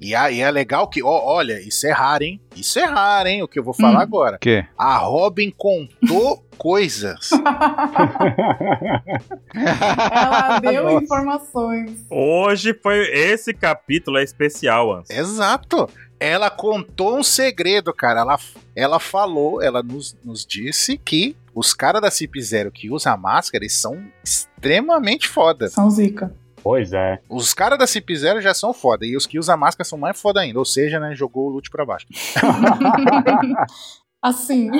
Speaker 1: E aí é legal que, ó, olha, isso é raro, hein? Isso é raro, hein? O que eu vou falar
Speaker 5: Hum.
Speaker 1: agora.
Speaker 6: quê?
Speaker 1: A Robin contou coisas.
Speaker 6: É
Speaker 5: Ela deu
Speaker 6: Nossa.
Speaker 5: informações.
Speaker 2: Hoje foi. Esse capítulo é especial, Anson.
Speaker 1: Exato. Ela contou um segredo, cara. Ela, ela falou, ela nos, nos disse que os caras da Cip Zero que usam máscara eles são extremamente foda.
Speaker 5: São zica.
Speaker 3: Pois é.
Speaker 1: Os caras da Cip Zero já são foda. E os que usam máscara são mais foda ainda. Ou seja, né, jogou o loot pra baixo.
Speaker 5: assim.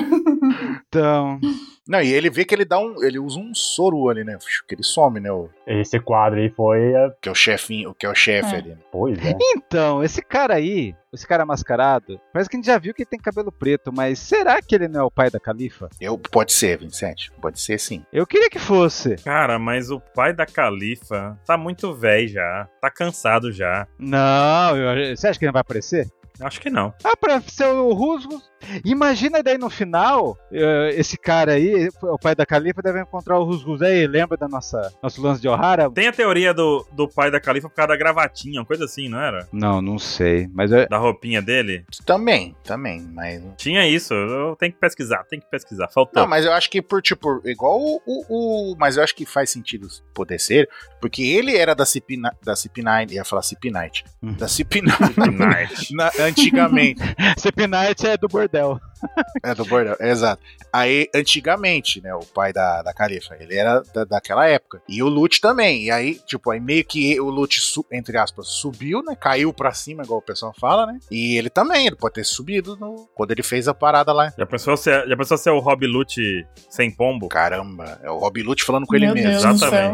Speaker 6: Então.
Speaker 1: Não, e ele vê que ele dá um. Ele usa um soro ali, né? Que ele some, né? O,
Speaker 3: Esse quadro aí foi. é,
Speaker 1: que é o chefinho, o que é o chefe
Speaker 5: É.
Speaker 1: ali. né?
Speaker 3: Pois é.
Speaker 6: Então, esse cara aí, esse cara mascarado, parece que a gente já viu que ele tem cabelo preto, mas será que ele não é o pai da califa?
Speaker 1: Eu, pode ser, 27. Pode ser sim.
Speaker 6: Eu queria que fosse.
Speaker 2: Cara, mas o pai da Califa tá muito velho já. Tá cansado já.
Speaker 6: Não, eu- você acha que ele não vai aparecer?
Speaker 2: Acho que não.
Speaker 6: Ah, pra ser o Rusgo. Imagina daí no final, eh, esse cara aí, o pai da Califa, deve encontrar o Rusgus. Aí, lembra da nossa nosso lance de Ohara?
Speaker 2: Tem a teoria do, do pai da Califa por causa da gravatinha, uma coisa assim, não era?
Speaker 6: Não, não sei. Mas é- eu-
Speaker 2: Da roupinha dele?
Speaker 1: Também, também. Mas
Speaker 2: Tinha isso. Eu tenho que pesquisar, tem que pesquisar. Faltou.
Speaker 1: Não, mas eu acho que por, tipo, igual o, o- o- Mas eu acho que faz sentido poder ser, porque ele era da cip Na- da CP9, ia falar CP9,
Speaker 5: Uhum.
Speaker 6: Hum.
Speaker 1: da CP9
Speaker 2: Night.
Speaker 1: na- antigamente.
Speaker 6: CP Night é do bordel.
Speaker 1: É, do bordel, é, exato. Aí, antigamente, né, o pai da, da Califa, ele era da- daquela época. E o Lute também. E aí, tipo, aí meio que o Lute, su- entre aspas, subiu, né? Caiu pra cima, igual o pessoal fala, né? E ele também, ele pode ter subido no- quando ele fez a parada lá.
Speaker 2: Já pensou ser, já pensou ser o Rob Lute sem pombo?
Speaker 1: Caramba, é o Rob Lute falando com ele
Speaker 5: Meu
Speaker 1: mesmo.
Speaker 5: Deus
Speaker 2: mesmo.
Speaker 5: do céu.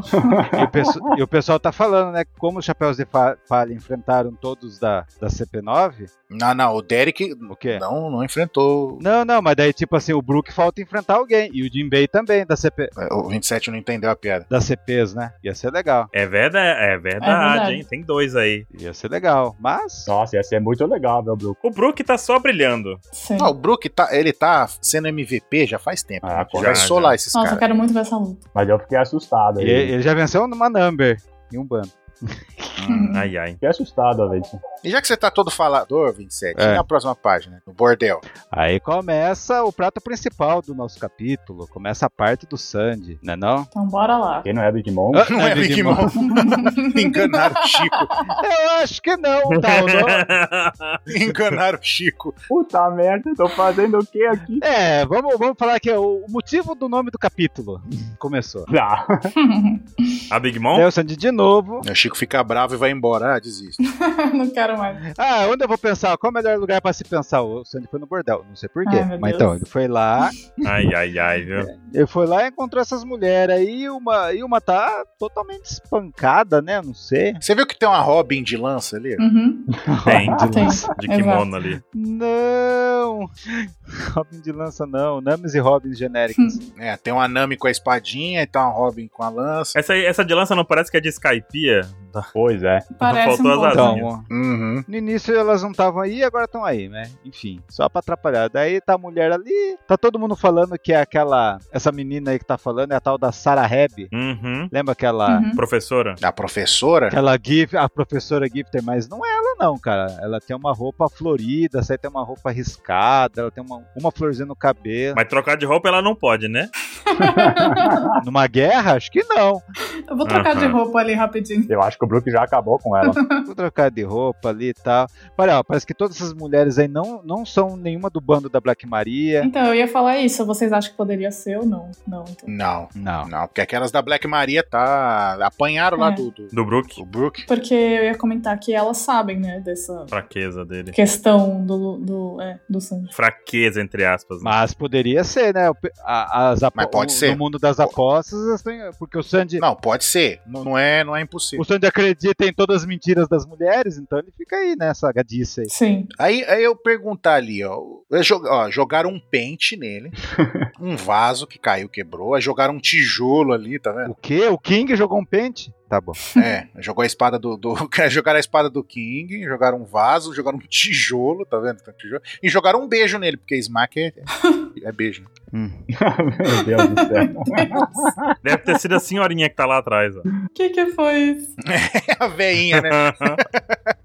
Speaker 6: E o, pesso- e o pessoal tá falando, né? Como os Chapéus de Fa- Palha enfrentaram todos da, da CP9,
Speaker 1: Não, não, o Derek
Speaker 6: o quê?
Speaker 1: não, não enfrentou.
Speaker 6: Não, não, mas daí, tipo assim, o Brook falta enfrentar alguém. E o Jinbei também, da CP,
Speaker 1: É, O 27 não entendeu a piada.
Speaker 6: das CPs, né? Ia ser legal.
Speaker 2: É verdade, é verdade,
Speaker 5: verdade.
Speaker 2: hein? Tem dois aí.
Speaker 6: Ia ser legal. Mas.
Speaker 3: Nossa, ia ser muito legal, meu Brook.
Speaker 2: O Brook tá só brilhando.
Speaker 5: Sim.
Speaker 1: Ah, o Brook, tá, ele tá sendo MVP já faz tempo.
Speaker 3: Ah,
Speaker 1: né? já
Speaker 3: já,
Speaker 1: vai
Speaker 2: já.
Speaker 1: solar esses
Speaker 5: Nossa, eu
Speaker 1: caras.
Speaker 5: quero muito ver essa luta.
Speaker 3: Mas eu fiquei assustado.
Speaker 6: e-
Speaker 3: aí.
Speaker 6: ele já venceu numa number em um bando.
Speaker 1: Hum.
Speaker 5: Uhum.
Speaker 2: Ai, ai.
Speaker 3: Fiquei assustado, velho.
Speaker 1: E já que você tá todo falador, 27,
Speaker 6: É.
Speaker 1: e na próxima página, no bordel.
Speaker 6: Aí começa o prato principal do nosso capítulo. Começa a parte do Sandy, né não?
Speaker 5: Então bora lá.
Speaker 3: Quem não é Big Mom?
Speaker 6: Ah,
Speaker 1: Não é Big Mom. Enganaram o Chico.
Speaker 6: Eu acho que não, tá? o nome-
Speaker 1: Enganaram o Chico.
Speaker 3: Puta merda, tô fazendo o que aqui?
Speaker 6: É, vamos, vamos falar aqui o o motivo do nome do capítulo. Começou.
Speaker 3: Tá.
Speaker 2: A Big Mom?
Speaker 6: Daí o Sandy de novo.
Speaker 1: O Chico fica bravo e vai embora. Ah, desisto.
Speaker 5: não quero mais.
Speaker 6: Ah, onde eu vou pensar? Qual é o melhor lugar pra se pensar? O Sandy foi no bordel, não sei porquê.
Speaker 5: Ai, Ah, meu
Speaker 6: Mas
Speaker 5: Deus.
Speaker 6: então, ele foi lá,
Speaker 2: Ai, ai, ai, viu?
Speaker 6: ele foi lá e encontrou essas mulheres aí, e uma, e uma tá totalmente espancada, né? Não sei.
Speaker 1: Você viu que tem uma Robin de lança ali?
Speaker 5: Uhum.
Speaker 2: Tem,
Speaker 5: Tem.
Speaker 2: de kimono ali.
Speaker 6: Não! Robin de lança não, Names e Robins genéricas.
Speaker 1: É, tem uma Nami com a espadinha e tem uma Robin com a lança.
Speaker 2: Essa, essa de lança não parece que é de Skypiea?
Speaker 3: Pois é.
Speaker 5: Parece
Speaker 2: Faltou
Speaker 5: um
Speaker 2: as
Speaker 5: pouco.
Speaker 2: asas.
Speaker 6: então,
Speaker 2: Tadinhas.
Speaker 6: ó,
Speaker 1: Uhum.
Speaker 6: no início elas não estavam aí, agora estão aí, né? Enfim, só pra atrapalhar. Daí tá a mulher ali, tá todo mundo falando que é aquela. Essa menina aí que tá falando é a tal da Sarah Hebb.
Speaker 2: Uhum.
Speaker 6: Lembra aquela.
Speaker 5: Uhum.
Speaker 2: Professora?
Speaker 1: Da professora?
Speaker 6: Aquela gif, a professora Gifter, mas não é ela não, cara. Ela tem uma roupa florida, essa aí tem uma roupa riscada, ela tem uma, uma florzinha no cabelo.
Speaker 2: Mas trocar de roupa ela não pode, né?
Speaker 6: Numa guerra? Acho que não.
Speaker 5: Eu vou trocar de
Speaker 2: Aham.
Speaker 5: roupa ali rapidinho.
Speaker 3: Eu acho que o Brook já acabou com ela.
Speaker 6: Vou trocar de roupa ali e tal. Olha, ó, parece que todas essas mulheres aí não, não são nenhuma do bando da Black Maria.
Speaker 5: Então, eu ia falar isso. Vocês acham que poderia ser ou não? Não. Então.
Speaker 1: Não.
Speaker 6: Não.
Speaker 1: Não, porque aquelas da Black Maria tá. apanharam lá
Speaker 5: É.
Speaker 1: do, do,
Speaker 2: Do Brook.
Speaker 1: do Brook.
Speaker 5: Porque eu ia comentar que elas sabem, né, dessa
Speaker 2: Fraqueza dele.
Speaker 5: questão do, do, é, do Sanji.
Speaker 2: Fraqueza, entre aspas. né?
Speaker 6: Mas poderia ser, né? O pe- a- As apo-
Speaker 1: Mas pode
Speaker 6: o-
Speaker 1: ser.
Speaker 6: No mundo das apostas, elas têm- porque o Sandy,
Speaker 1: Não, pode ser. Não, não é, não é
Speaker 6: o
Speaker 1: impossível.
Speaker 6: Sandy acredita em todas as mentiras das mulheres, então ele fica aí nessa gadice aí.
Speaker 5: Sim.
Speaker 1: Aí, aí eu perguntar ali, ó, eu jo- ó, Jogaram um pente nele, um vaso que caiu, quebrou. Aí jogaram um tijolo ali, tá vendo?
Speaker 6: O quê? O King jogou um pente? Tá bom.
Speaker 1: É, jogou a espada do, do. é, Jogaram a espada do King, jogaram um vaso, jogaram um tijolo, tá vendo? Tem um tijolo. E jogaram um beijo nele, porque Smack é, é beijo.
Speaker 3: Meu Deus do céu.
Speaker 2: Deve ter sido a senhorinha que tá lá atrás, ó.
Speaker 5: O que que foi isso?
Speaker 1: É a veinha, né?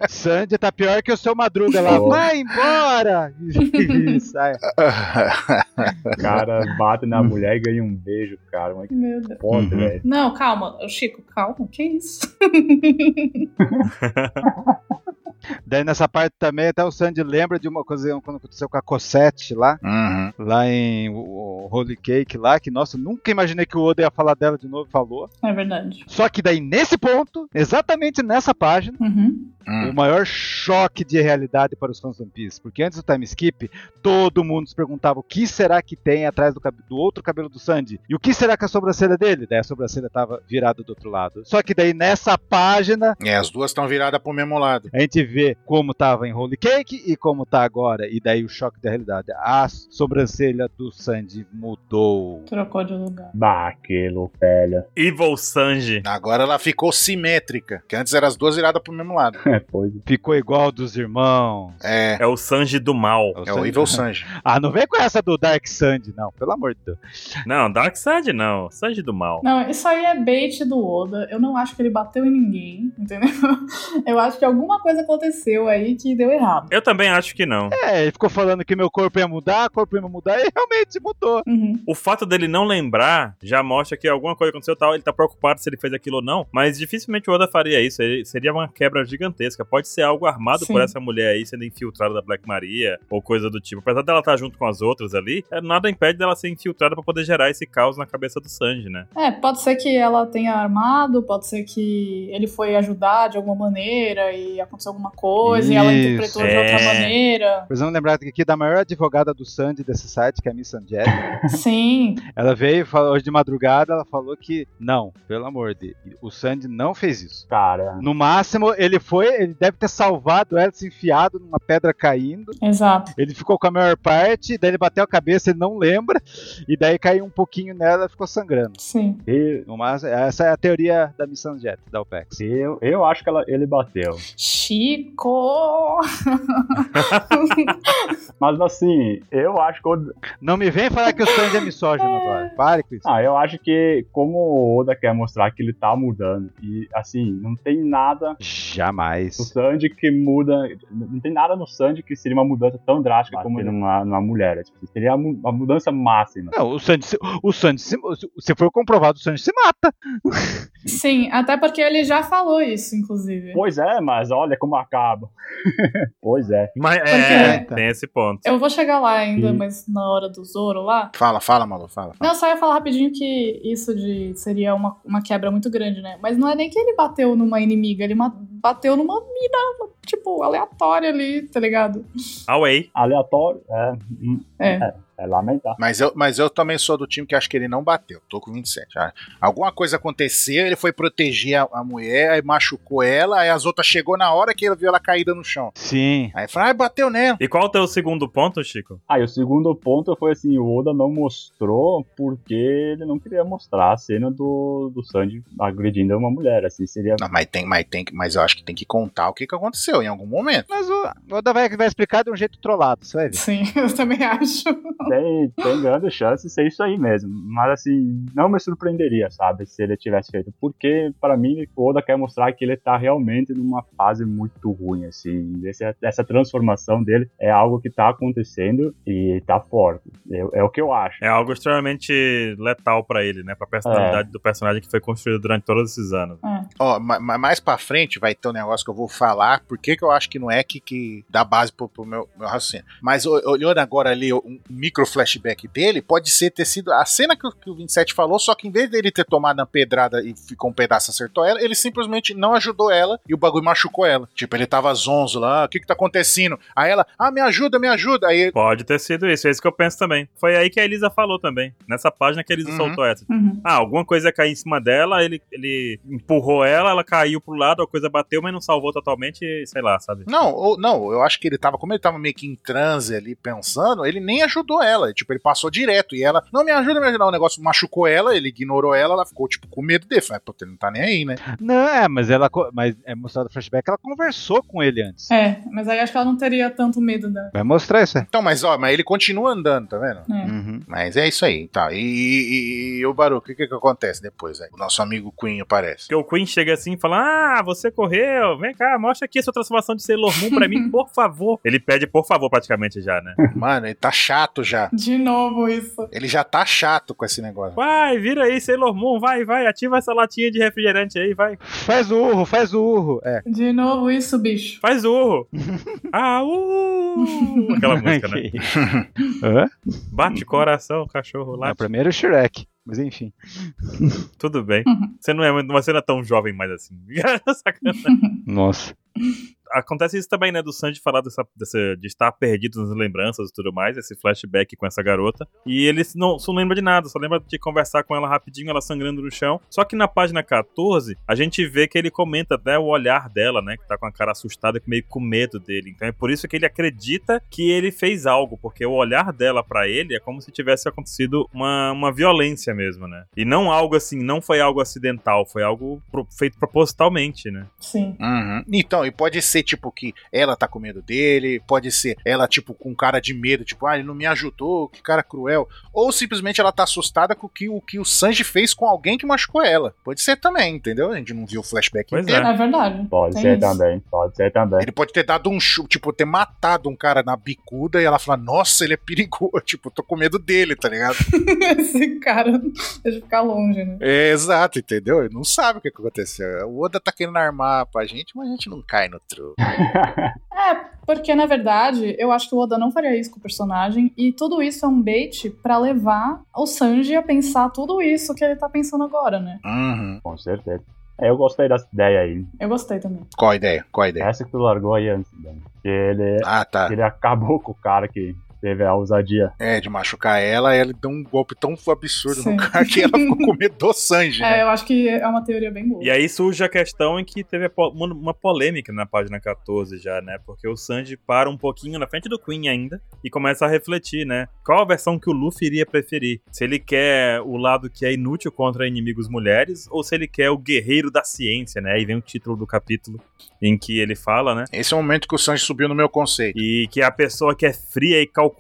Speaker 6: Sandy tá pior que o seu Madruga lá.
Speaker 3: Oh.
Speaker 6: Vai embora! E sai.
Speaker 3: O cara bate na mulher e ganha um beijo, cara. Mas que
Speaker 5: Meu Deus.
Speaker 3: foda,
Speaker 2: Uhum.
Speaker 3: velho.
Speaker 5: Não, calma. Chico, calma. Que isso?
Speaker 6: Daí nessa parte também, até o Sandy lembra de uma coisa quando aconteceu com a Cosette lá,
Speaker 1: Uhum.
Speaker 6: lá em o- o Holy Cake lá, que nossa, nunca imaginei que o Oda ia falar dela de novo, falou.
Speaker 5: É verdade.
Speaker 6: Só que daí nesse ponto, exatamente nessa página,
Speaker 5: Uhum.
Speaker 1: Hum.
Speaker 6: o maior choque de realidade para os fãs do One Piece, porque antes do time skip, todo mundo se perguntava o que será que tem atrás do, cabe- do outro cabelo do Sandy e o que será que é a sobrancelha dele? Daí a sobrancelha tava virada do outro lado. Só que daí nessa página
Speaker 1: É, as duas estão viradas pro mesmo lado.
Speaker 6: a gente vê como tava em Holy Cake e como tá agora, e daí o choque da realidade. A sobrancelha do Sandy mudou.
Speaker 5: Trocou de lugar.
Speaker 3: Bah, que louco, velho.
Speaker 2: Evil Sanji.
Speaker 1: Agora ela ficou simétrica, que antes eram as duas viradas pro mesmo lado.
Speaker 3: É, pois.
Speaker 6: Ficou igual dos irmãos.
Speaker 1: É,
Speaker 2: É o Sanji do mal.
Speaker 1: é o Evil Sanji.
Speaker 6: Ah, não vem com essa do Dark Sandy, não. Pelo amor de Deus.
Speaker 2: Não, Dark Sanji não. Sanji do mal.
Speaker 5: Não, isso aí é bait do Oda. Eu não acho que ele bateu em ninguém, entendeu? Eu acho que alguma coisa aconteceu aconteceu aí que deu errado.
Speaker 2: Eu também acho que não.
Speaker 6: É, ele ficou falando que meu corpo ia mudar, corpo ia mudar, e realmente mudou.
Speaker 5: Uhum.
Speaker 2: O fato dele não lembrar já mostra que alguma coisa aconteceu tal, ele tá preocupado se ele fez aquilo ou não, mas dificilmente o Oda faria isso. Ele- seria uma quebra gigantesca. Pode ser algo armado
Speaker 5: Sim.
Speaker 2: por essa mulher aí sendo infiltrada da Black Maria ou coisa do tipo. Apesar dela estar junto com as outras ali, é, nada impede dela ser infiltrada pra poder gerar esse caos na cabeça do Sanji, né?
Speaker 5: É, pode ser que ela tenha armado, pode ser que ele foi ajudar de alguma maneira e aconteceu alguma coisa e ela
Speaker 6: Isso.
Speaker 5: interpretou de outra
Speaker 2: É.
Speaker 5: maneira.
Speaker 6: Precisamos lembrar aqui da maior advogada do Sandy desse site, que é a Miss Angelica.
Speaker 5: Sim,
Speaker 6: Ela veio falou- hoje de madrugada, ela falou que não, pelo amor de o Sandy não fez isso.
Speaker 3: Cara,
Speaker 6: No máximo, ele foi, ele deve ter salvado ela, se enfiado numa pedra caindo.
Speaker 5: exato.
Speaker 6: Ele ficou com a maior parte, daí ele bateu a cabeça, ele não lembra, e daí caiu um pouquinho nela e ficou sangrando.
Speaker 5: Sim.
Speaker 3: e-
Speaker 6: No máximo, essa é a teoria da missão Jet, da OPEX.
Speaker 3: eu, eu acho que ela- ele bateu.
Speaker 5: Chico!
Speaker 3: Mas assim, eu acho que o-
Speaker 6: Não me vem falar que o Sandy é misógino agora. Pare com isso.
Speaker 3: ah, eu acho que como o Oda quer mostrar que ele tá mudando e assim, não tem nada no
Speaker 6: Jamais.
Speaker 3: Sandy que muda, não tem nada no Sandy que seria uma mudança tão drástica como numa, numa mulher, é, tipo, seria a mu- a mudança máxima.
Speaker 6: Não, o Sandy, se- o Sandy, se, se for comprovado, o Sandy se mata.
Speaker 5: Sim, até porque ele já falou isso, inclusive.
Speaker 3: Pois é, mas olha como acaba. pois é.
Speaker 2: Mas
Speaker 5: é,
Speaker 6: então.
Speaker 2: tem esse ponto.
Speaker 5: Eu vou chegar lá ainda,
Speaker 3: Sim.
Speaker 5: mas na hora do Zoro lá.
Speaker 1: Fala, fala, Malu, fala. fala.
Speaker 5: Não, só ia falar rapidinho que isso de seria uma, uma quebra muito grande, né? Mas não é nem que ele bateu numa inimiga, ele ma- bateu numa mina, tipo, aleatória ali, tá ligado?
Speaker 2: Away.
Speaker 3: Aleatório, é, hum,
Speaker 5: É.
Speaker 3: é lamentável.
Speaker 1: Mas eu, mas eu também sou do time que acho que ele não bateu. Tô com 27. Ah, Alguma coisa aconteceu, ele foi proteger a, a mulher, aí machucou ela, aí as outras chegou na hora que ele viu ela caída no chão.
Speaker 6: Sim.
Speaker 1: Aí fala, ai, bateu nela.
Speaker 2: E qual o teu segundo ponto, Chico?
Speaker 3: Ah, e o segundo ponto foi assim, o Oda não mostrou porque ele não queria mostrar a cena do, do Sanji agredindo uma mulher, assim, seria...
Speaker 1: Não, mas tem, mas tem, que- mas eu acho que tem que contar o que, que aconteceu em algum momento.
Speaker 6: Mas o o Oda vai, vai explicar de um jeito trollado, você vai ver.
Speaker 5: Sim, eu também acho.
Speaker 3: Tem, tem grande chance de ser isso aí mesmo, mas assim, não me surpreenderia, sabe, se ele tivesse feito, porque para mim o Oda quer mostrar que ele tá realmente numa fase muito ruim, assim, essa, essa transformação dele é algo que tá acontecendo e tá forte, é, é o que eu acho.
Speaker 2: É algo extremamente letal pra ele, né? Pra personalidade do personagem que foi construído durante todos esses anos.
Speaker 5: É,
Speaker 1: Ó, ma- ma- mais pra frente vai ter um negócio que eu vou falar, porque que eu acho que não é que, que dá base pro, pro meu, meu raciocínio. Mas o- olhando agora ali o- um micro flashback dele, pode ser ter sido a cena que, o- que o 27 falou, só que em vez dele ter tomado uma pedrada e ficou um pedaço acertou ela, ele simplesmente não ajudou ela e o bagulho machucou ela. Tipo, ele tava zonzo lá, "Ah, o que que tá acontecendo? Aí ela, ah, me ajuda, me ajuda. Aí,
Speaker 2: Pode ter sido isso, é isso que eu penso também. Foi aí que a Elisa falou também. Nessa página que a Elisa
Speaker 1: Uhum.
Speaker 2: soltou essa.
Speaker 5: Uhum.
Speaker 2: Ah, alguma coisa ia cair em cima dela, ele, ele empurrou ela, ela caiu pro lado, a coisa bateu, mas não salvou totalmente, e sei lá, sabe?
Speaker 1: não, ou- não, eu acho que ele tava, como ele tava meio que em transe ali pensando, ele nem ajudou ela. Tipo, ele passou direto e ela, não me ajuda, me ajuda. O negócio machucou ela, ele ignorou ela, ela ficou, tipo, com medo dele. Falei, pô, ele não tá nem aí, né?
Speaker 6: Não, é, mas ela. co- Mas é mostrado o flashback, ela conversou com ele antes.
Speaker 5: É, mas aí acho que ela não teria tanto medo da.
Speaker 6: Vai mostrar isso é. aí.
Speaker 1: Então, mas ó, mas ele continua andando, tá vendo?
Speaker 6: Hum.
Speaker 5: É.
Speaker 1: Mas é isso aí, tá. E, e- e- e o Baruco, o que que acontece depois? Aí? O nosso amigo Queen aparece.
Speaker 2: Porque o Queen chega assim e fala: Ah, você correu, vem cá, mostra aqui a sua transformação de Sailor Moon pra mim, por favor. Ele pede por favor praticamente já, né?
Speaker 1: Mano, ele tá chato já.
Speaker 5: De novo isso.
Speaker 1: Ele já tá chato com esse negócio.
Speaker 2: Vai, vira aí, Sailor Moon, vai, vai, ativa essa latinha de refrigerante aí, vai.
Speaker 6: Faz o urro, faz o urro. É.
Speaker 5: De novo isso, bicho.
Speaker 2: Faz urro. ah, uh! Aquela música, né?
Speaker 6: Hã?
Speaker 2: Bate coração, cachorro lá.
Speaker 6: Não, primeiro É o Shrek. Mas enfim.
Speaker 2: Tudo bem.
Speaker 5: Uhum.
Speaker 2: Você não é, muito- você não é tão jovem mais assim. Sacanagem.
Speaker 6: Nossa.
Speaker 2: Acontece isso também, né? Do Sanji falar dessa, dessa- de estar perdido nas lembranças e tudo mais, esse flashback com essa garota. E ele não, só não lembra de nada, só lembra de conversar com ela rapidinho, ela sangrando no chão. Só que na página 14, a gente vê que ele comenta até o olhar dela, né? Que tá com a cara assustada, meio com medo dele. Então é por isso que ele acredita que ele fez algo, porque o olhar dela pra ele é como se tivesse acontecido uma, uma violência mesmo, né? E não algo assim, não foi algo acidental, foi algo pro- feito propositalmente, né?
Speaker 5: Sim.
Speaker 1: Uhum. Então, e pode ser ser tipo que ela tá com medo dele, pode ser ela tipo com cara de medo, tipo, ah, ele não me ajudou, que cara cruel, ou simplesmente ela tá assustada com o que o, que o Sanji fez com alguém que machucou ela. Pode ser também, entendeu? A gente não viu o flashback
Speaker 2: Pois
Speaker 1: inteiro.
Speaker 5: É verdade.
Speaker 3: Pode
Speaker 5: Tem
Speaker 3: ser
Speaker 5: isso.
Speaker 3: também, pode ser também.
Speaker 1: Ele pode ter dado um chu, tipo, ter matado um cara na bicuda e ela fala, nossa, ele é perigoso, tipo, tô com medo dele, tá ligado?
Speaker 5: Esse cara deixa ficar longe, né?
Speaker 1: É, exato, entendeu? Ele não sabe o que aconteceu. O Oda tá querendo armar pra gente, mas a gente não cai no truque.
Speaker 5: Porque, na verdade, eu acho que o Oda não faria isso com o personagem, e tudo isso é um bait pra levar o Sanji a pensar tudo isso que ele tá pensando agora, né?
Speaker 1: Uhum.
Speaker 3: Com certeza. Eu gostei dessa ideia aí.
Speaker 5: Eu gostei também.
Speaker 1: Qual a ideia? Qual a ideia?
Speaker 3: Essa é que tu largou aí antes, Dan. Que ele,
Speaker 1: Ah, tá.
Speaker 3: que ele acabou com o cara que teve a ousadia.
Speaker 1: É, de machucar ela, ela deu um golpe tão absurdo
Speaker 5: Sim.
Speaker 1: no cara que ela ficou com medo do Sanji, né?
Speaker 5: É, eu acho que é uma teoria bem boa.
Speaker 2: E aí surge a questão em que teve a po- uma uma polêmica na página 14 já, né? Porque o Sanji para um pouquinho na frente do Queen ainda e começa a refletir, né? Qual a versão que o Luffy iria preferir? Se ele quer o lado que é inútil contra inimigos mulheres ou se ele quer o guerreiro da ciência, né? Aí vem o título do capítulo em que ele fala, né?
Speaker 1: Esse é o momento que o Sanji subiu no meu conceito.
Speaker 2: E que é a pessoa que é fria e calculista,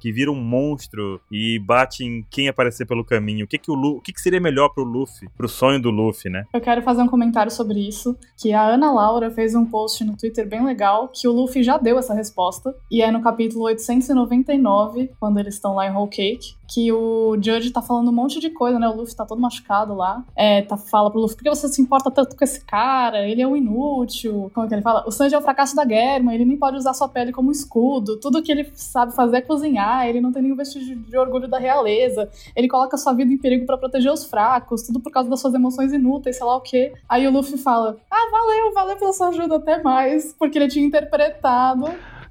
Speaker 2: que vira um monstro e bate em quem aparecer pelo caminho. O que, que, o, Lu- o que, que seria melhor pro Luffy? Pro sonho do Luffy, né?
Speaker 5: Eu quero fazer um comentário sobre isso, que a Ana Laura fez um post no Twitter bem legal, que o Luffy já deu essa resposta, e é no capítulo 899, quando eles estão lá em Whole Cake, que o Judge tá falando um monte de coisa, né? O Luffy tá todo machucado lá. É, tá, fala pro Luffy, por que você se importa tanto com esse cara? Ele é um inútil. Como é que ele fala? O Sanji é o fracasso da Germa, ele nem pode usar sua pele como escudo. Tudo que ele sabe fazer é cozinhar, ele não tem nenhum vestígio de orgulho da realeza. Ele coloca sua vida em perigo pra proteger os fracos, tudo por causa das suas emoções inúteis, sei lá o quê. Aí o Luffy fala: Ah, valeu, valeu pela sua ajuda, até mais, porque ele tinha interpretado.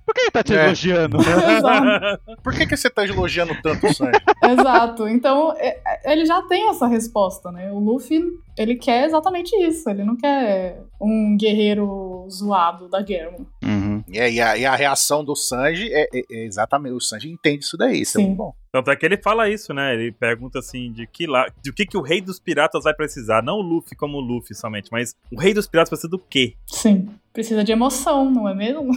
Speaker 6: Por que ele tá te
Speaker 1: É.
Speaker 6: elogiando?
Speaker 5: Exato.
Speaker 1: Por que, que você tá elogiando tanto o Sanji?
Speaker 5: Exato. Então, é- é- ele já tem essa resposta, né? O Luffy, ele quer exatamente isso. Ele não quer um guerreiro zoado da guerra.
Speaker 1: É, e, aí a, e a reação do Sanji é, é- é exatamente. O Sanji entende isso daí, isso é
Speaker 5: Sim.
Speaker 1: muito bom.
Speaker 2: Tanto é que ele fala isso, né? Ele pergunta assim de que lá, do que que o rei dos piratas vai precisar, não o Luffy como o Luffy somente, mas o rei dos piratas precisa do quê?
Speaker 5: Sim. Precisa de emoção, não é mesmo?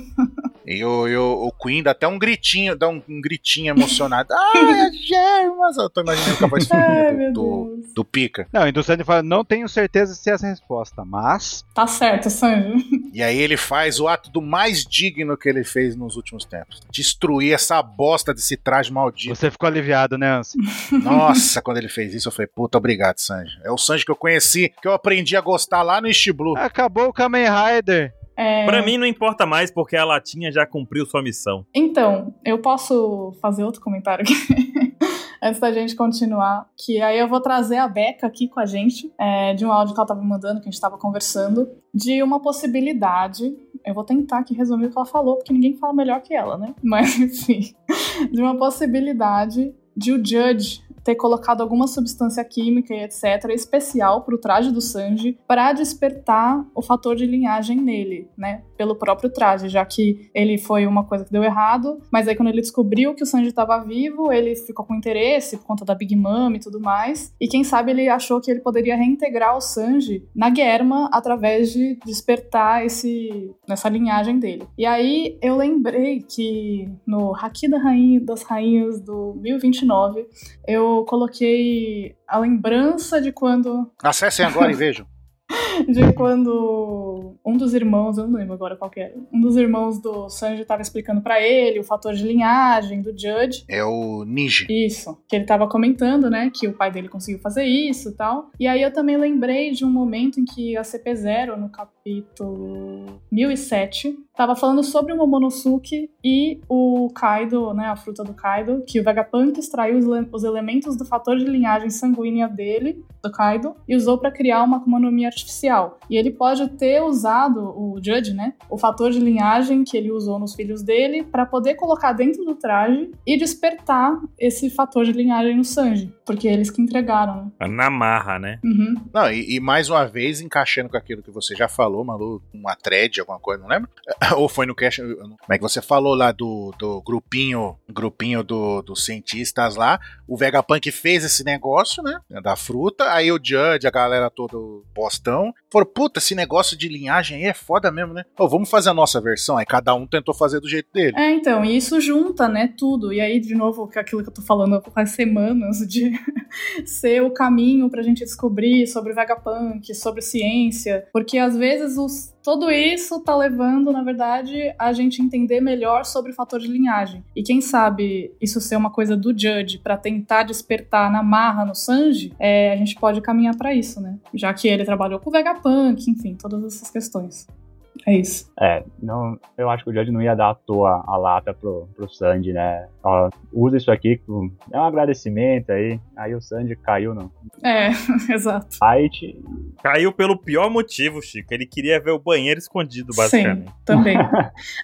Speaker 1: E o, e o- o Queen dá até um gritinho, dá um, um gritinho emocionado. Ai, as germas! Eu tô imaginando que a voz
Speaker 5: Ai,
Speaker 1: feminina
Speaker 5: meu
Speaker 1: do, do,
Speaker 5: Deus.
Speaker 1: do Pika.
Speaker 6: Não, e do Sandy fala, não tenho certeza se é essa a resposta, mas.
Speaker 5: Tá certo, Sanji.
Speaker 1: E aí ele faz o ato do mais digno que ele fez nos últimos tempos: destruir essa bosta desse traje maldito.
Speaker 6: Você ficou aliviado, né, Ansi?
Speaker 1: Nossa, quando ele fez isso, eu falei, puta, obrigado, Sanji. É o Sanji que eu conheci, que eu aprendi a gostar lá no East Blue.
Speaker 6: Acabou o Kamen Rider.
Speaker 5: É...
Speaker 2: Pra mim não importa mais porque a latinha já cumpriu sua missão.
Speaker 5: Então, eu posso fazer outro comentário aqui? Antes da gente continuar, que aí eu vou trazer a Beca aqui com a gente, é, de um áudio que ela tava me mandando, que a gente tava conversando, de uma possibilidade. Eu vou tentar aqui resumir o que ela falou, porque ninguém fala melhor que ela, né? Mas enfim, de uma possibilidade de o Judge ter colocado alguma substância química e etc. especial pro traje do Sanji para despertar o fator de linhagem nele, né? Pelo próprio traje, já que ele foi uma coisa que deu errado, mas aí quando ele descobriu que o Sanji estava vivo, ele ficou com interesse por conta da Big Mom e tudo mais. E quem sabe ele achou que ele poderia reintegrar o Sanji na Germa através de despertar esse nessa linhagem dele. E aí eu lembrei que no Haki da Rainha das Rainhas do 1029 eu coloquei a lembrança de quando
Speaker 1: Acessem agora e vejam.
Speaker 5: de quando um dos irmãos, eu não lembro agora qual que era, um dos irmãos do Sanji tava explicando pra ele o fator de linhagem do Judge
Speaker 1: É o Ninja.
Speaker 5: isso, que ele tava comentando, né, que o pai dele conseguiu fazer isso e tal. E aí eu também lembrei de um momento em que a CP0, no capítulo 1007, tava falando sobre o Momonosuke e o Kaido, né, a fruta do Kaido, que o Vegapunk extraiu os, le- os elementos do fator de linhagem sanguínea dele, do Kaido, e usou pra criar uma Akuma no Mi artificial. E ele pode ter usado, o Judge, né, o fator de linhagem que ele usou nos filhos dele pra poder colocar dentro do traje e despertar esse fator de linhagem no Sanji, porque eles que entregaram. né?
Speaker 2: Na marra, né?
Speaker 5: Uhum.
Speaker 1: Não, e, e mais uma vez, encaixando com aquilo que você já falou, Malu, uma thread, alguma coisa, não lembro? Ou foi no cast, eu não- como é que você falou lá do, do grupinho, grupinho do- dos cientistas lá, o Vegapunk fez esse negócio, né, da fruta, aí o Judge, a galera todo postão, foram, puta, esse negócio de linhagem personagem. E é foda mesmo, né? Ô, vamos fazer a nossa versão. Aí cada um tentou fazer do jeito dele.
Speaker 5: É, então, e isso junta, né, tudo. E aí, de novo, que é aquilo que eu tô falando faz semanas de ser o caminho pra gente descobrir sobre Vegapunk, sobre ciência. Porque às vezes os- tudo isso tá levando, na verdade, a gente entender melhor sobre o fator de linhagem. E quem sabe isso ser uma coisa do Judge pra tentar despertar na marra no Sanji, é, a gente pode caminhar pra isso, né? Já que ele trabalhou com o Vegapunk, enfim, todas essas questões. É isso.
Speaker 3: É, não, eu acho que o Judge não ia dar à toa a lata pro, pro Sandy, né? Ó, usa isso aqui, com- é um agradecimento aí. Aí o Sandy caiu no
Speaker 5: É, exato.
Speaker 3: site.
Speaker 2: Caiu pelo pior motivo, Chico. Ele queria ver o banheiro escondido, basicamente.
Speaker 5: Sim, também.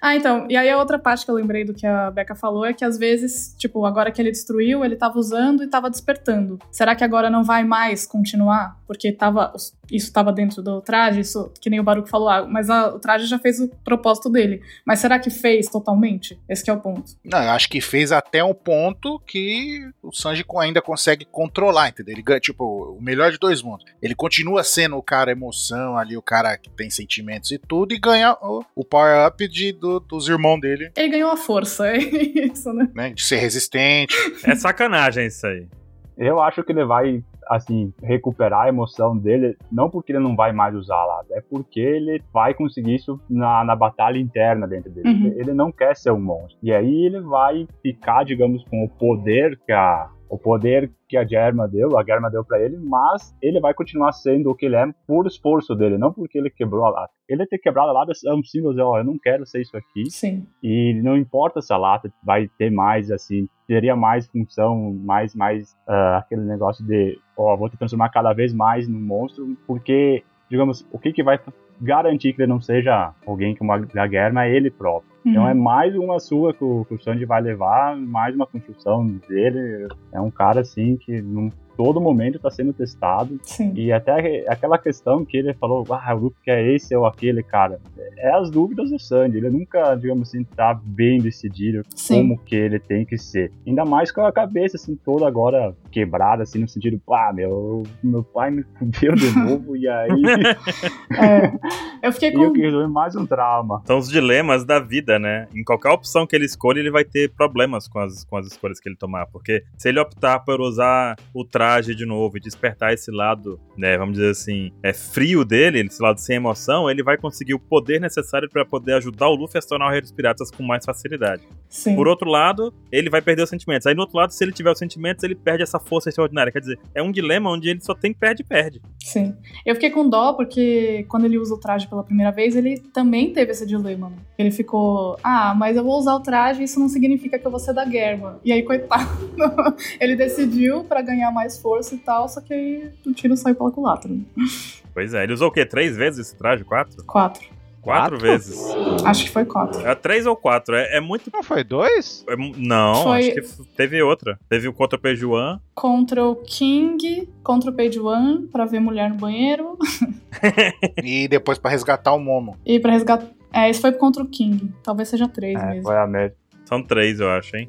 Speaker 5: ah, então, e aí a outra parte que eu lembrei do que a Becca falou é que às vezes, tipo, agora que ele destruiu, ele tava usando e tava despertando. Será que agora não vai mais continuar? Porque tava, isso tava dentro do traje, isso, que nem o Baruco falou, ah, mas a- o traje já fez o propósito dele. Mas será que fez totalmente? Esse que é o ponto.
Speaker 1: Não, eu acho que fez até um ponto que o Sanji co- ainda consegue controlar, entendeu? Ele ganha, tipo, o melhor de dois mundos. Ele continua sendo o cara emoção ali, o cara que tem sentimentos e tudo, e ganha o, o power-up de- do- dos irmãos dele,
Speaker 5: Ele ganhou a força, é isso, né?
Speaker 1: né? De ser resistente.
Speaker 2: É sacanagem isso aí.
Speaker 3: Eu acho que ele vai, assim, recuperar a emoção dele, não porque ele não vai mais usar a lata, é porque ele vai conseguir isso na, na batalha interna dentro dele.
Speaker 5: Uhum.
Speaker 3: Ele não quer ser um monstro. E aí ele vai ficar, digamos, com o poder que a. O poder que a Germa deu, a Germa deu pra ele, mas ele vai continuar sendo o que ele é por esforço dele, não porque ele quebrou a lata. Ele ter quebrado a lata é um símbolo de, ó, eu não quero ser isso aqui,
Speaker 5: Sim.
Speaker 3: e não importa se a lata vai ter mais assim teria mais função mais mais ah, aquele negócio de ó vou te transformar cada vez mais num monstro porque digamos o que que vai garantir que ele não seja alguém que uma da guerra é ele próprio então
Speaker 5: Uhum.
Speaker 3: é mais uma sua que o, que o Sanji vai levar mais uma construção dele é um cara assim que num todo momento está sendo testado
Speaker 5: Sim.
Speaker 3: e até aquela questão que ele falou, ah, o Luke que é esse ou aquele, cara, é as dúvidas do Sandy. Ele nunca, digamos assim, tá bem decidido
Speaker 5: Sim.
Speaker 3: como que ele tem que ser. Ainda mais com a cabeça, assim, toda agora quebrada, assim, no sentido, pá, meu, meu pai me fudeu de novo, e aí
Speaker 5: É. Eu fiquei com.
Speaker 3: eu que resolvi mais um trauma.
Speaker 2: São os dilemas da vida, né? Em qualquer opção que ele escolhe, ele vai ter problemas com as, com as escolhas que ele tomar. Porque se ele optar por usar o traje de novo e despertar esse lado, né? Vamos dizer assim, é frio dele, esse lado sem emoção, ele vai conseguir o poder necessário pra poder ajudar o Luffy a se tornar o Rei dos Piratas com mais facilidade.
Speaker 5: Sim.
Speaker 2: Por outro lado, ele vai perder os sentimentos. Aí, no outro lado, se ele tiver os sentimentos, ele perde essa força extraordinária. Quer dizer, é um dilema onde ele só tem perde e perde.
Speaker 5: Sim. Eu fiquei com dó porque quando ele usa o traje pela primeira vez, ele também teve esse dilema. né? Ele ficou, ah, mas eu vou usar o traje, isso não significa que eu vou ser da guerra. E aí, coitado, ele decidiu pra ganhar mais força e tal, só que aí o tiro saiu pela culatra. né?
Speaker 2: Pois é, ele usou o quê? Três vezes esse traje? Quatro?
Speaker 5: Quatro.
Speaker 2: Quatro,
Speaker 6: Quatro?
Speaker 2: vezes.
Speaker 5: Acho que foi quatro.
Speaker 2: É três ou quatro. É- é muito
Speaker 6: Não foi dois?
Speaker 2: É, mu- Não,
Speaker 5: Foi-
Speaker 2: acho que f- teve outra. Teve o contra Pejuan.
Speaker 5: Contra o King, contra o Page One, pra ver mulher no banheiro.
Speaker 1: e depois pra resgatar o Momo.
Speaker 5: E pra resgatar. É, esse foi contra o King. Talvez seja três
Speaker 3: É,
Speaker 5: mesmo.
Speaker 3: foi a merda.
Speaker 2: São três, eu acho, hein?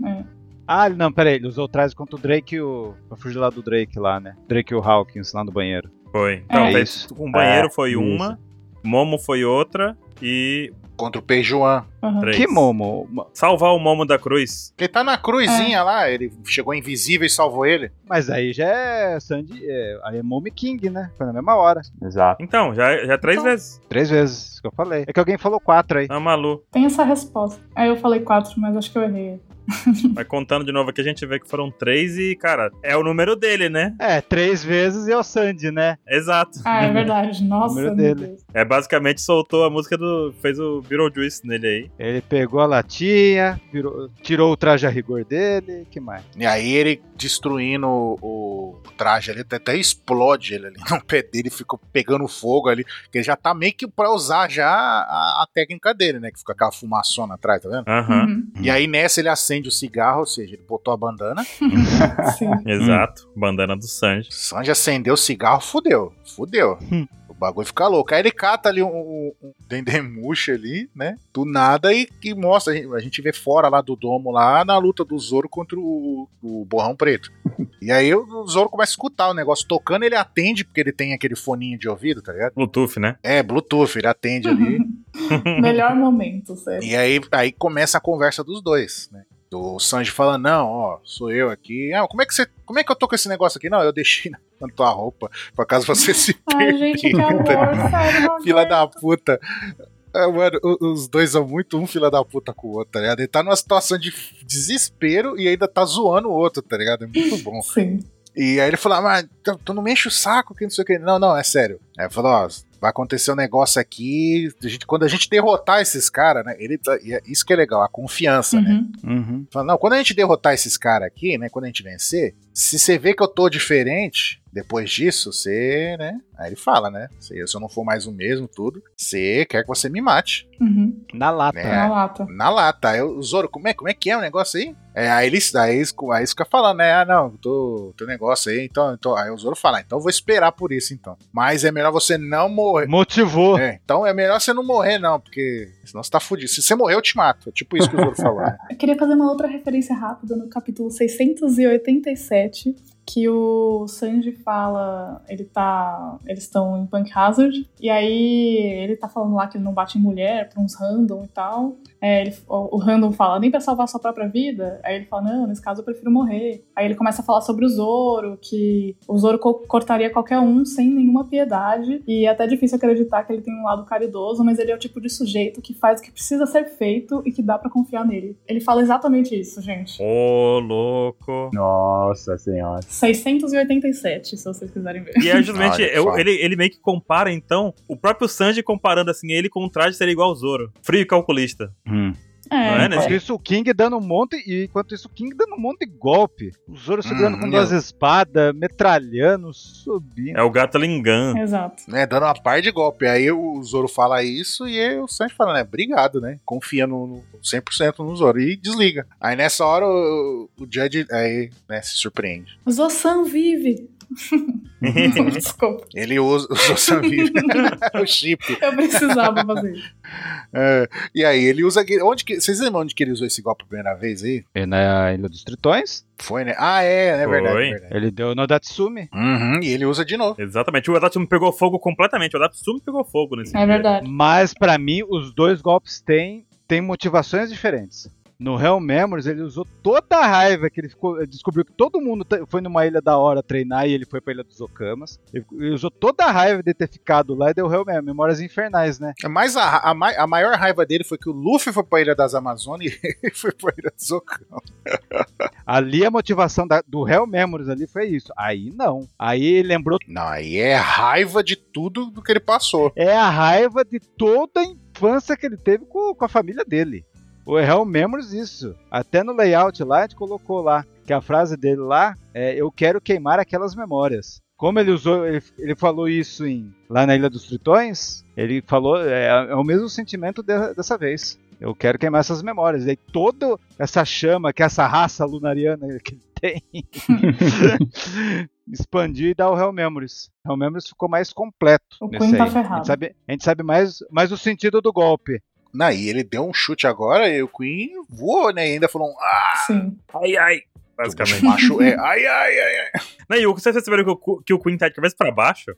Speaker 6: Ah, ele- não, peraí, ele usou o traje contra o Drake e o. Pra fugir lá do Drake lá, né? Drake e o Hawkins lá no banheiro.
Speaker 2: Foi. Então,
Speaker 5: É
Speaker 2: fez-
Speaker 6: isso.
Speaker 2: com banheiro
Speaker 3: É,
Speaker 2: foi
Speaker 3: isso.
Speaker 2: uma, Momo foi outra e
Speaker 1: Contra o Peijuan.
Speaker 5: Aham.
Speaker 2: três.
Speaker 6: Um Que Momo? Ma-
Speaker 2: Salvar o Momo da cruz.
Speaker 1: Ele tá na cruzinha lá, ele chegou invisível e salvou ele.
Speaker 6: Mas aí já é Sandy. É, aí é Mommy King, né? Foi na mesma hora.
Speaker 3: Exato.
Speaker 2: Então, já, já três
Speaker 5: Então-
Speaker 2: vezes.
Speaker 6: Três vezes, isso que eu falei. É que alguém falou quatro aí.
Speaker 2: Ah, Malu.
Speaker 5: Tem essa resposta. Aí eu falei quatro, mas acho que eu errei.
Speaker 2: Vai contando de novo aqui, a gente vê que foram três e, cara, é o número dele, né?
Speaker 6: É, três vezes e é o Sandy, né?
Speaker 2: Exato.
Speaker 5: Ah, é verdade. Nossa,
Speaker 6: Número
Speaker 5: meu
Speaker 6: dele.
Speaker 5: Deus.
Speaker 2: É basicamente soltou a música do. fez o Beetlejuice nele aí.
Speaker 6: Ele pegou a latinha, virou- tirou o traje a rigor dele, que mais?
Speaker 1: E aí ele destruindo o, o traje ali, até, até explode ele ali no pé dele, fica pegando fogo ali, que ele já tá meio que pra usar já a, a técnica dele, né? Que fica aquela fumaçona atrás, tá vendo?
Speaker 2: Aham,
Speaker 5: Uhum.
Speaker 1: E aí nessa ele acende o cigarro, ou seja, ele botou a bandana,
Speaker 5: Sim. Uhum.
Speaker 2: exato. Bandana do Sanji.
Speaker 1: Sanji acendeu o cigarro, fudeu, fudeu. O bagulho fica louco. Aí ele cata ali um, um, um dendemuxa ali, né? Do nada e, e mostra. a gente- A gente vê fora lá do domo, lá na luta do Zoro contra o, o Borrão Preto. E aí o Zoro começa a escutar o negócio tocando, ele atende, porque ele tem aquele foninho de ouvido, tá ligado?
Speaker 2: Bluetooth, né?
Speaker 1: É, Bluetooth, ele atende ali.
Speaker 5: Melhor momento, sério.
Speaker 1: E aí, aí começa a conversa dos dois, né? O Sanji fala, não, ó, sou eu aqui. Ah, como é que você. Como é que eu tô com esse negócio aqui? Não, eu deixei na na tua roupa, por acaso você se
Speaker 5: Ai, gente, que amor, né? sério. não
Speaker 1: fila
Speaker 5: aguento.
Speaker 1: da puta. É, mano, o- os dois são muito um fila da puta com o outro, tá ligado? Ele tá numa situação de desespero e ainda tá zoando o outro, tá ligado? É muito bom.
Speaker 5: Sim.
Speaker 1: E aí ele falou, ah, mas tu, tu não me enche o saco, que não sei o que. Não, não, é sério. Aí ele falou, ó, vai acontecer um negócio aqui, a gente- quando a gente derrotar esses caras, né, ele tá- e é isso que é legal, a confiança, né?
Speaker 5: Uhum.
Speaker 6: Uhum.
Speaker 1: Fala, não, quando a gente derrotar esses caras aqui, né, quando a gente vencer, se você vê que eu tô diferente, depois disso, você, né, aí ele fala, né, se se eu não for mais o mesmo, tudo, você quer que você me mate,
Speaker 5: Uhum.
Speaker 6: Na lata.
Speaker 1: né,
Speaker 5: Na lata.
Speaker 1: na lata. Aí o Zoro, como é, como é que é o negócio aí? É, aí eles aí, eles- aí eles ficam falando, né? Ah, não, tô, teu negócio aí, então, então. Aí o Zoro fala, então eu vou esperar por isso, então. Mas é melhor você não morrer.
Speaker 6: Motivou.
Speaker 1: É, então é melhor você não morrer, não, porque senão você tá fudido. Se você morrer, eu te mato. É tipo isso que o Zoro falou. né?
Speaker 5: Eu queria fazer uma outra referência rápida no capítulo 687, que o Sanji fala, ele tá, eles estão em Punk Hazard, e aí ele tá falando lá que ele não bate em mulher pra uns random e tal. É, ele- o, o random fala, nem pra salvar sua própria vida. Aí ele fala, não, nesse caso eu prefiro morrer. Aí ele começa a falar sobre o Zoro, que o Zoro co- cortaria qualquer um sem nenhuma piedade. E é até difícil acreditar que ele tem um lado caridoso, mas ele é o tipo de sujeito que faz o que precisa ser feito e que dá pra confiar nele. Ele fala exatamente isso,
Speaker 2: É.
Speaker 5: gente.
Speaker 2: Ô, louco.
Speaker 3: Nossa senhora.
Speaker 5: 687, se vocês quiserem ver.
Speaker 2: E é justamente,
Speaker 1: Olha que
Speaker 2: eu-
Speaker 1: foda.
Speaker 2: ele, ele meio que compara, então, o próprio Sanji comparando, assim, ele com o traje seria igual ao Zoro. Frio e calculista. Não
Speaker 5: então,
Speaker 2: é, né?
Speaker 6: Enquanto isso, o King dando um monte. E enquanto isso, o King dando um monte de golpe. O Zoro segurando
Speaker 1: Hum,
Speaker 6: com duas espadas, metralhando, subindo.
Speaker 2: É o gato Lingan.
Speaker 5: Exato.
Speaker 1: Né, Dando uma par de golpe. Aí o Zoro fala isso e aí o Sanji fala, né? Obrigado, né? Confia no, no 100% no Zoro. E desliga. Aí nessa hora o, o Judge aí, né, se surpreende.
Speaker 5: Zosan vive! Desculpa,
Speaker 1: Ele usa o Sossamir, o chip.
Speaker 5: eu precisava fazer isso.
Speaker 1: É, e aí ele usa. aquele- Onde que, vocês lembram onde que ele usou esse golpe a primeira vez aí?
Speaker 6: E na Ilha dos Tritões,
Speaker 1: Foi, né? Ah, é, é verdade.
Speaker 2: Foi.
Speaker 1: É verdade.
Speaker 6: ele deu no Datsumi.
Speaker 1: Uhum, e ele usa de novo.
Speaker 2: Exatamente. O Adatsumi pegou fogo completamente. O Adatsumi pegou fogo nesse
Speaker 5: É
Speaker 2: dia.
Speaker 5: verdade.
Speaker 6: Mas pra mim, os dois golpes têm, têm motivações diferentes. No Real Memories, ele usou toda a raiva que ele ficou, ele descobriu que todo mundo ta- foi numa ilha da hora treinar e ele foi pra Ilha dos Okamas. Ele, ele usou toda a raiva de ter ficado lá e deu Real Memories, Memórias Infernais, né?
Speaker 1: Mas É a, ra- a, mai- a maior raiva dele foi que o Luffy foi pra Ilha das Amazônias e ele foi pra Ilha do Zocan.
Speaker 6: Ali a motivação da- do Real Memories ali foi isso. Aí não. Aí ele lembrou.
Speaker 1: Não, aí é raiva de tudo do que ele passou.
Speaker 6: É a raiva de toda a infância que ele teve com, com a família dele. O Real Memories, isso. Até no layout lá, a gente colocou lá. Que a frase dele lá é: Eu quero queimar aquelas memórias. Como ele usou, ele, ele falou isso em, lá na Ilha dos Tritões, ele falou, é, é o mesmo sentimento de- dessa vez. Eu quero queimar essas memórias. E aí toda essa chama que essa raça lunariana que ele tem expandiu e dá o Real Memories. O Real Memories ficou mais completo.
Speaker 5: O
Speaker 6: nesse
Speaker 5: Queen tá
Speaker 6: aí. A
Speaker 5: ferrado.
Speaker 6: gente sabe, a gente sabe mais, mais o sentido do golpe.
Speaker 1: Não, e ele deu um chute agora e o Queen voou, né? E ainda falou um. Ah!
Speaker 5: Sim.
Speaker 2: Ai, ai. Basicamente.
Speaker 1: Macho é. Ai, ai, ai, ai.
Speaker 2: Não, e o- vocês perceberam que o, Cu- que o Queen tá de cabeça pra baixo?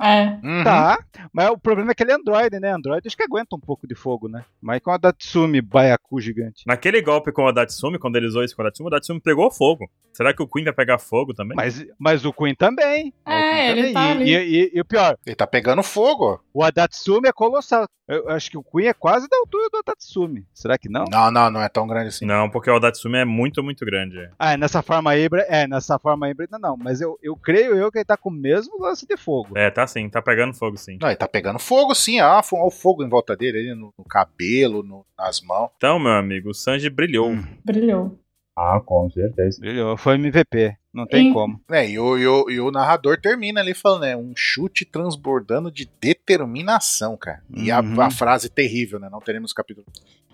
Speaker 5: É.
Speaker 1: Uhum.
Speaker 6: Tá, mas o problema é que ele é Android, né? Android acho que aguenta um pouco de fogo, né? Mas com a Datsumi Baiacu gigante.
Speaker 2: Naquele golpe com o Adatsumi, quando ele usou isso com o Adatsumi, o Adatsumi pegou fogo. Será que o Queen vai pegar fogo também?
Speaker 6: Mas, mas o Queen também.
Speaker 5: É,
Speaker 6: O Queen
Speaker 5: ele tá ali.
Speaker 6: E, e- e o pior,
Speaker 1: Ele tá pegando fogo, ó.
Speaker 6: o Adatsumi é colossal. Eu acho que o Queen é quase da altura do Adatsumi. Será que não?
Speaker 1: Não, não, não é tão grande assim.
Speaker 2: Não, porque o Adatsumi é muito, muito grande.
Speaker 6: Ah, nessa forma híbrida. É, nessa forma híbrida não. Mas eu, eu creio eu que ele tá com o mesmo lance de fogo.
Speaker 2: É, tá sim, tá pegando fogo sim.
Speaker 1: Não, ele tá pegando fogo sim, ó, fo- ó o fogo em volta dele, ali no, no cabelo, no- nas mãos.
Speaker 2: Então, meu amigo, o Sanji brilhou.
Speaker 1: Hum.
Speaker 5: Brilhou.
Speaker 3: Ah, com certeza.
Speaker 6: Brilhou, Foi MVP. Não tem
Speaker 5: Sim.
Speaker 6: como.
Speaker 1: É, e, o, e, o, e o narrador termina ali falando, né? Um chute transbordando de determinação, cara. E a,
Speaker 6: Uhum.
Speaker 1: a frase terrível, né? Não teremos capítulo.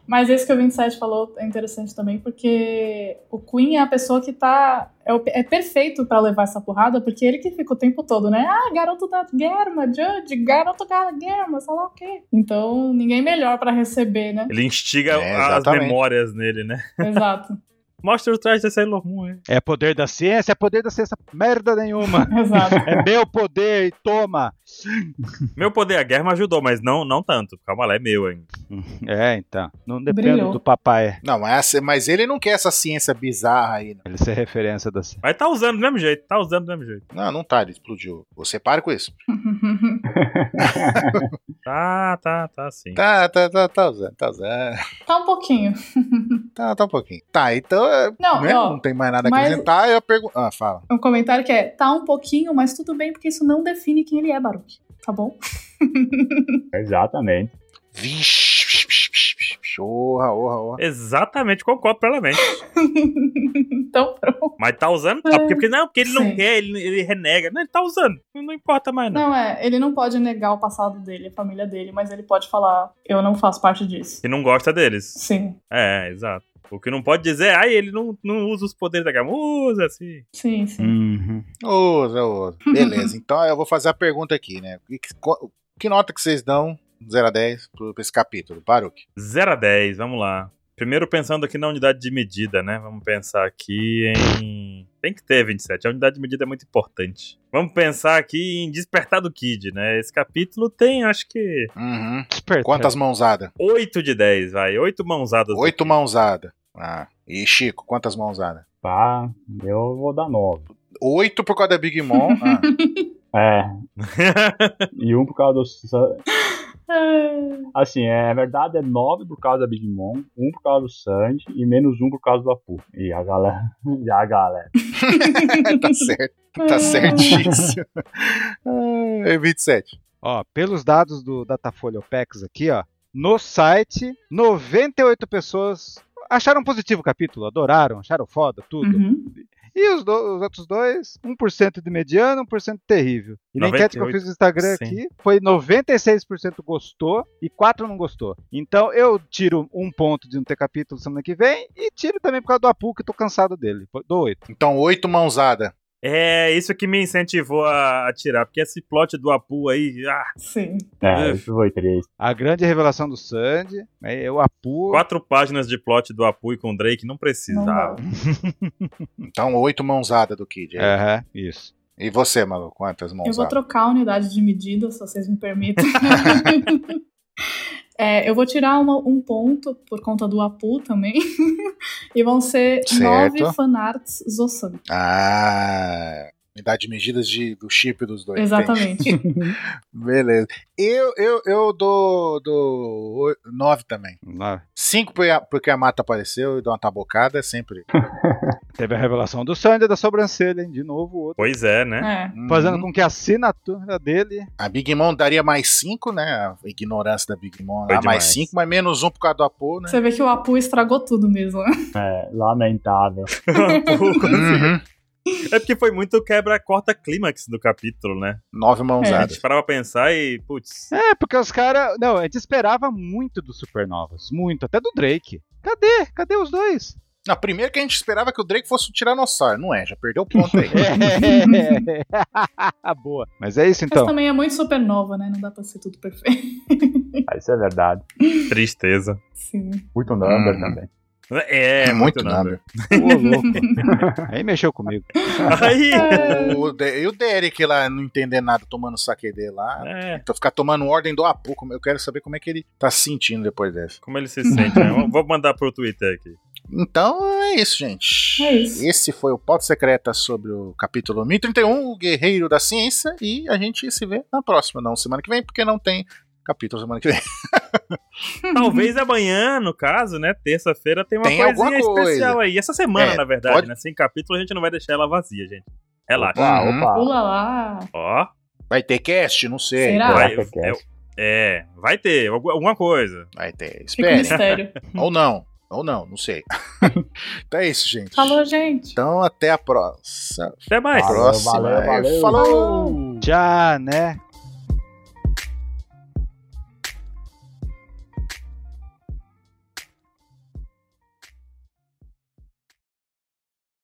Speaker 5: Mas esse que o 27 falou é interessante também, porque o Queen é a pessoa que tá. É, o- é perfeito pra levar essa porrada, porque ele que fica o tempo todo, né? Ah, garoto da guerra, Judge, garoto da guerra, sei lá o quê. Então, ninguém melhor pra receber, né?
Speaker 2: Ele instiga
Speaker 1: É,
Speaker 2: as
Speaker 1: exatamente.
Speaker 2: memórias nele, né?
Speaker 5: Exato,
Speaker 2: Mostra o traje da Sailor Moon, hein?
Speaker 6: É poder da ciência, é poder da ciência, merda nenhuma.
Speaker 5: exato.
Speaker 6: É meu poder e toma.
Speaker 2: Meu poder, a guerra me ajudou, mas não, não tanto. Calma lá, é meu ainda.
Speaker 6: É, então. Não depende
Speaker 5: Brilhou.
Speaker 6: do papai.
Speaker 1: Não, mas, mas ele não quer essa ciência bizarra aí.
Speaker 6: Ele ser referência da ciência.
Speaker 2: Mas tá usando do mesmo jeito, tá usando do mesmo jeito.
Speaker 1: Não, não tá, ele explodiu. Você para com isso.
Speaker 2: Tá, tá, tá, sim.
Speaker 1: Tá, tá, tá, tá usando, tá usando.
Speaker 5: tá um pouquinho.
Speaker 1: Tá, tá um pouquinho. Tá, então. é,
Speaker 5: Não,
Speaker 1: né,
Speaker 5: ó,
Speaker 1: não tem mais nada a
Speaker 5: mas-
Speaker 1: acrescentar. Eu pergunto. Ah, fala.
Speaker 5: Um comentário que é: tá um pouquinho, mas tudo bem, porque isso não define quem ele é, Baruch. Tá bom?
Speaker 3: Exatamente.
Speaker 1: Vixe, vixe, vixe, vixe, vixe, vixe. orra, orra, orra.
Speaker 2: Exatamente, concordo plenamente.
Speaker 5: então, pronto.
Speaker 2: Mas tá usando? Tá, porque, porque não, porque ele não
Speaker 5: Sim.
Speaker 2: quer, ele, ele renega. Não, ele tá usando. Não, não importa mais, não.
Speaker 5: Não, é, ele não pode negar o passado dele, a família dele, mas ele pode falar: eu não faço parte disso.
Speaker 2: Que não gosta deles.
Speaker 5: Sim,
Speaker 2: É, exato. O que não pode dizer é, ah, ele não, não usa os poderes da Gama. Usa, sim.
Speaker 5: sim,
Speaker 1: Hum.
Speaker 5: sim.
Speaker 6: Uhum.
Speaker 1: Outra, outra. Beleza, então eu vou fazer a pergunta aqui, né? Que, co- que nota que vocês dão, 0 a 10, pro- pra esse capítulo, Baruch?
Speaker 2: 0 a 10, vamos lá. Primeiro pensando aqui na unidade de medida, né? Vamos pensar aqui em. Tem que ter 27, a unidade de medida é muito importante. Vamos pensar aqui em Despertar do Kid, né? Esse capítulo tem, acho que,
Speaker 1: Uhum.
Speaker 6: Despertar.
Speaker 1: Quantas mãozadas?
Speaker 2: 8 de 10, vai. 8 mãozadas.
Speaker 1: Oito mãozadas. Ah, e Chico, quantas mãozadas?
Speaker 3: Pá, eu vou dar nove.
Speaker 1: Oito por causa da Big Mom. Ah,
Speaker 3: É, e um por causa do. Sa-
Speaker 5: Ah,
Speaker 3: Assim, é a verdade, é nove por causa da Big Mom, um por causa do Sandy e menos um por causa do Apu. E a galera. E a galera.
Speaker 1: tá certo,
Speaker 5: É.
Speaker 1: tá certíssimo. Ah, é 27.
Speaker 6: Ó, pelos dados do Datafolha OPEX aqui, ó, no site, 98 pessoas acharam positivo o capítulo, adoraram, acharam foda, tudo.
Speaker 5: uhum.
Speaker 6: E os, do- os outros dois, 1% de mediano, 1% terrível. E na enquete que eu
Speaker 2: 98,
Speaker 6: fiz no Instagram
Speaker 2: sim.
Speaker 6: aqui, foi 96% gostou e 4% não gostou. Então eu tiro um ponto de não ter capítulo semana que vem e tiro também por causa do Apu, que eu tô cansado dele. Dou 8.
Speaker 1: Então, oito mãozadas.
Speaker 2: É isso que me incentivou a, a tirar, porque esse plot do Apu aí, ah,
Speaker 5: Sim.
Speaker 3: É,
Speaker 2: Uf.
Speaker 3: isso foi três.
Speaker 6: A grande revelação do Sandy, é o Apu.
Speaker 2: quatro páginas de plot do Apu e com o Drake não
Speaker 5: Não
Speaker 2: precisava.
Speaker 5: dá.
Speaker 1: Então, oito mãozadas do Kid. é.
Speaker 6: Aham, isso.
Speaker 1: E você, Malu, quantas
Speaker 5: Eu vou
Speaker 1: mãozadas?
Speaker 5: trocar a unidade de medida, se vocês me permitem. É, eu vou tirar uma- um ponto por conta do Apu também. e vão ser
Speaker 1: Certo.
Speaker 5: nove fanarts Zosan.
Speaker 1: Ah, unidade de medidas de, do chip dos dois. Entendi.
Speaker 5: Exatamente.
Speaker 1: Beleza. Eu, eu, eu dou, dou oi- nove também.
Speaker 6: Lá
Speaker 1: Cinco porque a- porque a mata apareceu e dou uma tabocada, sempre.
Speaker 6: Teve a revelação do Sandy da sobrancelha, hein? De novo, outro.
Speaker 2: Pois é, né?
Speaker 5: é.
Speaker 6: Fazendo
Speaker 1: Uhum.
Speaker 6: com que a assinatura dele.
Speaker 1: A Big Mom daria mais cinco, né? A ignorância da Big Mom. Lá,
Speaker 2: Foi
Speaker 1: mais
Speaker 2: demais.
Speaker 1: cinco, mas menos um por causa do Apo, né?
Speaker 5: Você vê que o Apu estragou tudo mesmo. né?
Speaker 3: É, lamentável.
Speaker 2: Apu,
Speaker 1: Uhum.
Speaker 2: Um É porque foi muito quebra-corta clímax do capítulo, né?
Speaker 1: Nove
Speaker 2: A
Speaker 1: mãozadas.
Speaker 2: gente parava pra pensar e, putz,
Speaker 6: É, porque os caras. Não, a gente esperava muito dos Supernovas. Muito, até do Drake. Cadê? Cadê os dois?
Speaker 1: Não, primeiro que a gente esperava que o Drake fosse um tiranossauro. Não é, já perdeu o ponto aí.
Speaker 6: É. Boa. Mas é isso
Speaker 5: Mas
Speaker 6: então.
Speaker 5: também é muito supernova, né? Não dá pra ser tudo perfeito.
Speaker 3: Ah, Isso é verdade.
Speaker 2: tristeza.
Speaker 5: Sim.
Speaker 3: Muito number
Speaker 1: Uhum.
Speaker 3: também.
Speaker 2: É, muito, nada.
Speaker 6: Ô, louco. Aí mexeu comigo.
Speaker 2: Aí,
Speaker 1: O De- e o Derek lá não entender nada, tomando saque dele lá.
Speaker 2: é,
Speaker 1: Então ficar tomando ordem do Apo. como- Eu quero saber como é que ele tá se sentindo depois dessa.
Speaker 2: como ele se sente, né? Eu Vou mandar pro Twitter aqui.
Speaker 1: Então é isso, gente.
Speaker 5: É isso.
Speaker 1: Esse foi o Pauta Secreta sobre o capítulo 1031, o Guerreiro da Ciência. E a gente se vê na próxima, não semana que vem, porque não tem capítulo semana que vem.
Speaker 2: Talvez amanhã, no caso, né? Terça-feira tem uma
Speaker 1: Tem alguma
Speaker 2: coisinha
Speaker 1: coisa.
Speaker 2: especial aí. Essa semana,
Speaker 1: É,
Speaker 2: na verdade,
Speaker 1: pode-
Speaker 2: né? Sem capítulo, a gente não vai deixar ela vazia, gente. Relaxa.
Speaker 3: Opa,
Speaker 1: Uhum.
Speaker 3: opa.
Speaker 5: Pula lá.
Speaker 2: Ó,
Speaker 1: Vai ter cast? Não sei.
Speaker 5: Será?
Speaker 2: Vai,
Speaker 3: Caraca,
Speaker 2: eu-
Speaker 3: cast.
Speaker 2: é, vai ter algu- alguma coisa.
Speaker 1: Vai ter.
Speaker 5: Fica um
Speaker 1: Esperem.
Speaker 5: mistério.
Speaker 1: Ou não. Ou não, não sei. então é isso, gente.
Speaker 5: Falou, gente.
Speaker 1: Então até a próxima.
Speaker 2: Até mais.
Speaker 3: Falou,
Speaker 1: próxima.
Speaker 3: valeu, valeu.
Speaker 1: Falou.
Speaker 6: Uhum. Já, né?